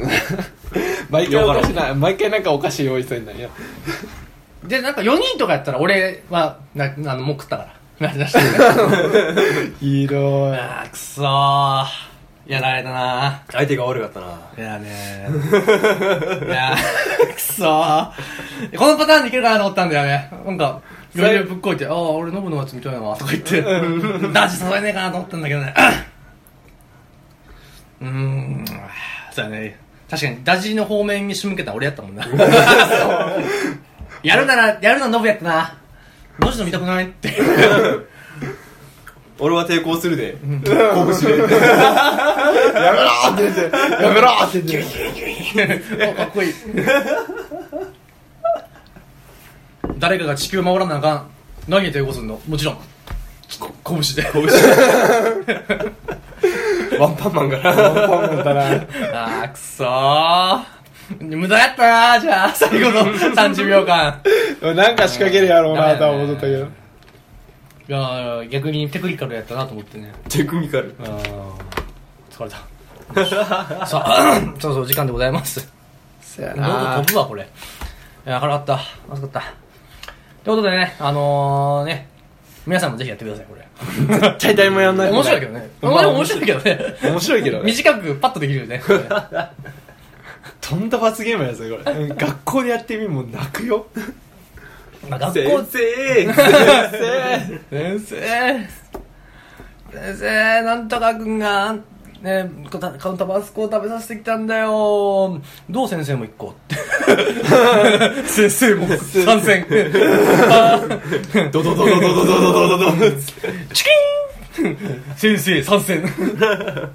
[SPEAKER 2] 毎
[SPEAKER 3] よか
[SPEAKER 2] 回お
[SPEAKER 3] ろう
[SPEAKER 2] かしな、毎回なんかお菓子用意するんだよ。
[SPEAKER 1] でなんか4人とかやったら俺はなあのもう食った からななしてる
[SPEAKER 2] ひどい。
[SPEAKER 1] あーくそーやられたな
[SPEAKER 3] 相手が悪かったな。
[SPEAKER 1] いやねーいやーくそーこのパターンでいけるかなと思ったんだよねなんかいろいろぶっこいて「ああ俺ノブのやつみたいな」とか言ってダジ誘えねえかなと思ったんだけどねうーんそうだね確かにダジの方面に仕向けたの俺やったもんなそうやるならやるならノブやったなどうしても見たくないって
[SPEAKER 3] 俺は抵抗するで。
[SPEAKER 2] やめろーって言って、やめろーって言って。
[SPEAKER 1] おかっこいい 誰かが地球守らなあかん何に抵抗するのもちろんこ拳で
[SPEAKER 3] ワンパンマンから。
[SPEAKER 2] ポンポンだな。
[SPEAKER 1] あーくそー無駄やったなーじ ゃあ最後の30秒間
[SPEAKER 2] でもなんか仕掛けるやろうなとは思っとったけど。
[SPEAKER 1] いやー逆にテクニカルやったなと思ってね
[SPEAKER 3] テクニカル。
[SPEAKER 1] あ疲れ たさあ そろそろ時間でございます
[SPEAKER 2] そや
[SPEAKER 1] 喉飛ぶわこれいや辛かったまずかったということでねあのー、ね皆さんもぜひやってくださいこれ
[SPEAKER 2] 絶対誰もやんない。
[SPEAKER 1] 面白いけどね。
[SPEAKER 2] まあ
[SPEAKER 1] まあ、面白いけどね。
[SPEAKER 2] 面白いけどね。
[SPEAKER 1] 短くパッとできる よね。
[SPEAKER 2] とんだ罰ゲームやぞ、これ。学校でやってみもう泣くよ。
[SPEAKER 1] まあ、学校
[SPEAKER 3] 先生
[SPEAKER 1] 先生先生なんとかくんが、ね、こたカウンターバスコを食べさせてきたんだよ。どう先生も一個って。 先生も参 戦。
[SPEAKER 3] ドドドドドドドドドドド
[SPEAKER 1] チキン先生参戦。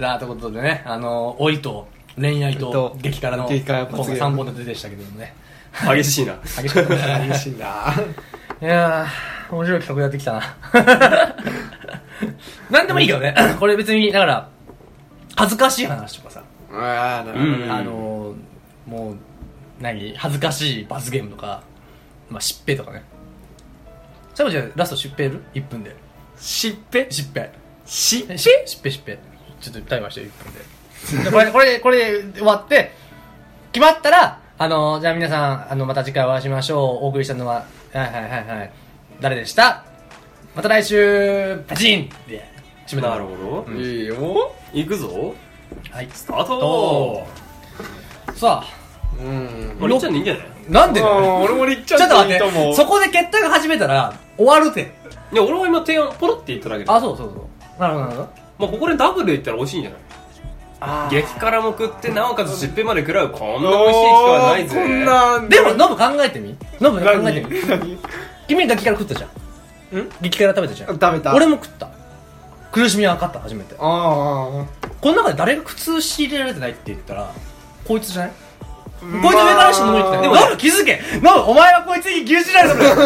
[SPEAKER 1] さあ、ということでね、あの、老いと恋愛と
[SPEAKER 2] と
[SPEAKER 1] 激辛の
[SPEAKER 2] 激辛罰ゲーム
[SPEAKER 1] 3本立てでしたけどもね。
[SPEAKER 3] 激しいな。
[SPEAKER 1] 激しかったね
[SPEAKER 2] 嬉しいな。
[SPEAKER 1] いやー、面白い企画やってきたな。 なんでもいいけどね。これ別に、だから、恥ずかしい話とかさ、
[SPEAKER 2] ああ、な
[SPEAKER 3] るほどねうん
[SPEAKER 1] あのー、もう、何恥ずかしい罰ゲームとか、まあ、疾病とかね。最後じゃあ、ラスト疾病やる ?1 分で。
[SPEAKER 2] しっぺ
[SPEAKER 1] 疾病。
[SPEAKER 2] し
[SPEAKER 1] え疾病、疾病。ちょっとタイマーして、1分で。でこれ、これ、これで終わって、決まったら、あの、じゃあ皆さん、あの、また次回お会いしましょう。お送りしたのは、はいはいはいはい。誰でしたまた来週、パチンって締めた
[SPEAKER 3] なるほど。
[SPEAKER 2] いいよ。
[SPEAKER 3] 行くぞ。
[SPEAKER 1] はい。
[SPEAKER 3] スタート
[SPEAKER 1] どさ
[SPEAKER 2] うん。
[SPEAKER 3] これ、いっちゃんでいいんじゃない
[SPEAKER 1] あ、なんでだよ
[SPEAKER 2] 俺もりっ
[SPEAKER 1] ち
[SPEAKER 2] ち
[SPEAKER 1] ょ
[SPEAKER 2] ゃ
[SPEAKER 1] っと
[SPEAKER 2] ん
[SPEAKER 1] 待
[SPEAKER 2] で
[SPEAKER 1] っ
[SPEAKER 2] いいと思
[SPEAKER 1] て、
[SPEAKER 2] う。
[SPEAKER 1] そこで決闘が始めたら、終わるって。
[SPEAKER 3] いや、俺は今提案、ポロって言っただけで。
[SPEAKER 1] あ、そうそうそう。なるほど、なるほど。
[SPEAKER 3] まあ、ここでダブルで言ったら美味しいんじゃない
[SPEAKER 1] あ
[SPEAKER 3] 激辛も食って、なおかつしっぺまで食らう。こんな美味しい機会はないぜ。
[SPEAKER 2] こん。な、
[SPEAKER 1] でも、ノブ考えてみノブ考
[SPEAKER 2] 何、
[SPEAKER 1] えてみ君激辛食ったじゃん。
[SPEAKER 2] ん
[SPEAKER 1] 激辛食べたじゃん。
[SPEAKER 2] 食べた。
[SPEAKER 1] 俺も食った。苦しみは分かった、初めて。こ
[SPEAKER 2] あああ
[SPEAKER 1] の中で誰が苦痛仕入れられてないって言ったら、こいつじゃない
[SPEAKER 2] あ、こ
[SPEAKER 1] こいつ上から下向いてたよ。でも、ノブ気づけノブ、お前はこいつに牛耳られてる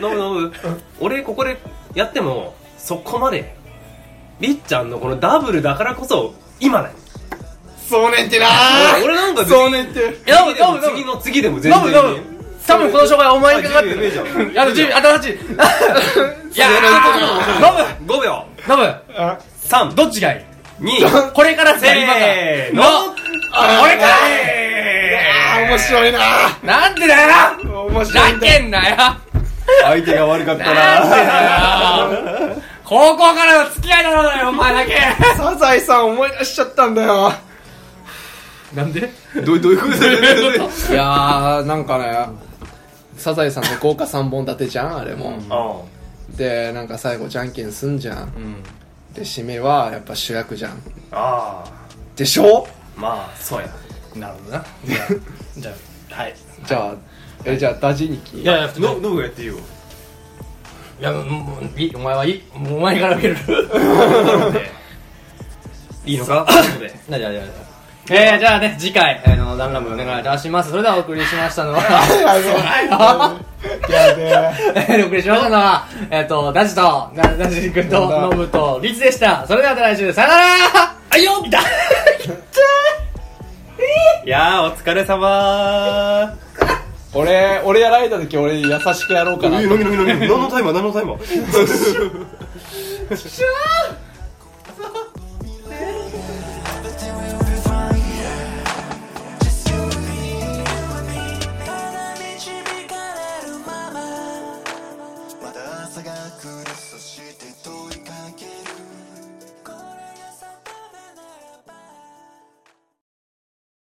[SPEAKER 3] ノブノブ、俺ここでやっても、そこまで、りっちゃんのこのダブルだからこそ、今だよ。
[SPEAKER 2] そうねんてな
[SPEAKER 3] 俺俺なんか別に
[SPEAKER 2] そうねんて。
[SPEAKER 1] いやノブ、ノブ、ノブ
[SPEAKER 3] 次の次でも全
[SPEAKER 1] ノブ、
[SPEAKER 3] 然
[SPEAKER 1] ノブ。多分この障害お前にかかってる。やる準備、頭打ち。いやー、ノブ、
[SPEAKER 3] 5秒
[SPEAKER 1] ノブ、
[SPEAKER 2] あ
[SPEAKER 3] 3
[SPEAKER 1] どっちがいい
[SPEAKER 3] 2
[SPEAKER 1] これから
[SPEAKER 3] せーの
[SPEAKER 1] あ俺かい
[SPEAKER 2] あー面白いな
[SPEAKER 1] なんでだよ
[SPEAKER 2] 面
[SPEAKER 1] ふ
[SPEAKER 2] 白い
[SPEAKER 1] ざ
[SPEAKER 2] んだ
[SPEAKER 1] けんなよ
[SPEAKER 3] 相手が悪かった
[SPEAKER 1] なんでだよ高校からの付き合いだろうだよ、お前だけ
[SPEAKER 2] サザエさん思い出しちゃったんだよ
[SPEAKER 1] なんで
[SPEAKER 3] どうどういうこと
[SPEAKER 2] いやーなんかねサザエさんの豪華3本立てじゃんあれも、
[SPEAKER 3] あ
[SPEAKER 2] でなんか最後じゃんけんすんじゃん
[SPEAKER 1] うん。
[SPEAKER 2] で締めはやっぱ主役じゃん
[SPEAKER 3] あ
[SPEAKER 2] でしょ
[SPEAKER 3] まあそうや
[SPEAKER 1] なるほどな。じゃあ、はい。
[SPEAKER 2] じゃあえじゃあダジニキ
[SPEAKER 1] いやいや、
[SPEAKER 3] ノブがやっていいよ
[SPEAKER 1] いや、もう、いい、お前はいい。もうお前から受ける。
[SPEAKER 3] いいの か
[SPEAKER 1] なになになにえー、じゃあね、次回、あの、ダンラムお願いいたします。それではお送りしましたのは、
[SPEAKER 2] やべやべえ
[SPEAKER 1] えーお送りしましたのは、えっ、と、ダジと、ダダジ君と、ノブと、リツでした。それではまた来週、さよならあいよいた
[SPEAKER 3] いやーお疲れ様
[SPEAKER 2] 俺俺やられた時俺優しくやろうかな
[SPEAKER 3] 何のタイマー何のタイマー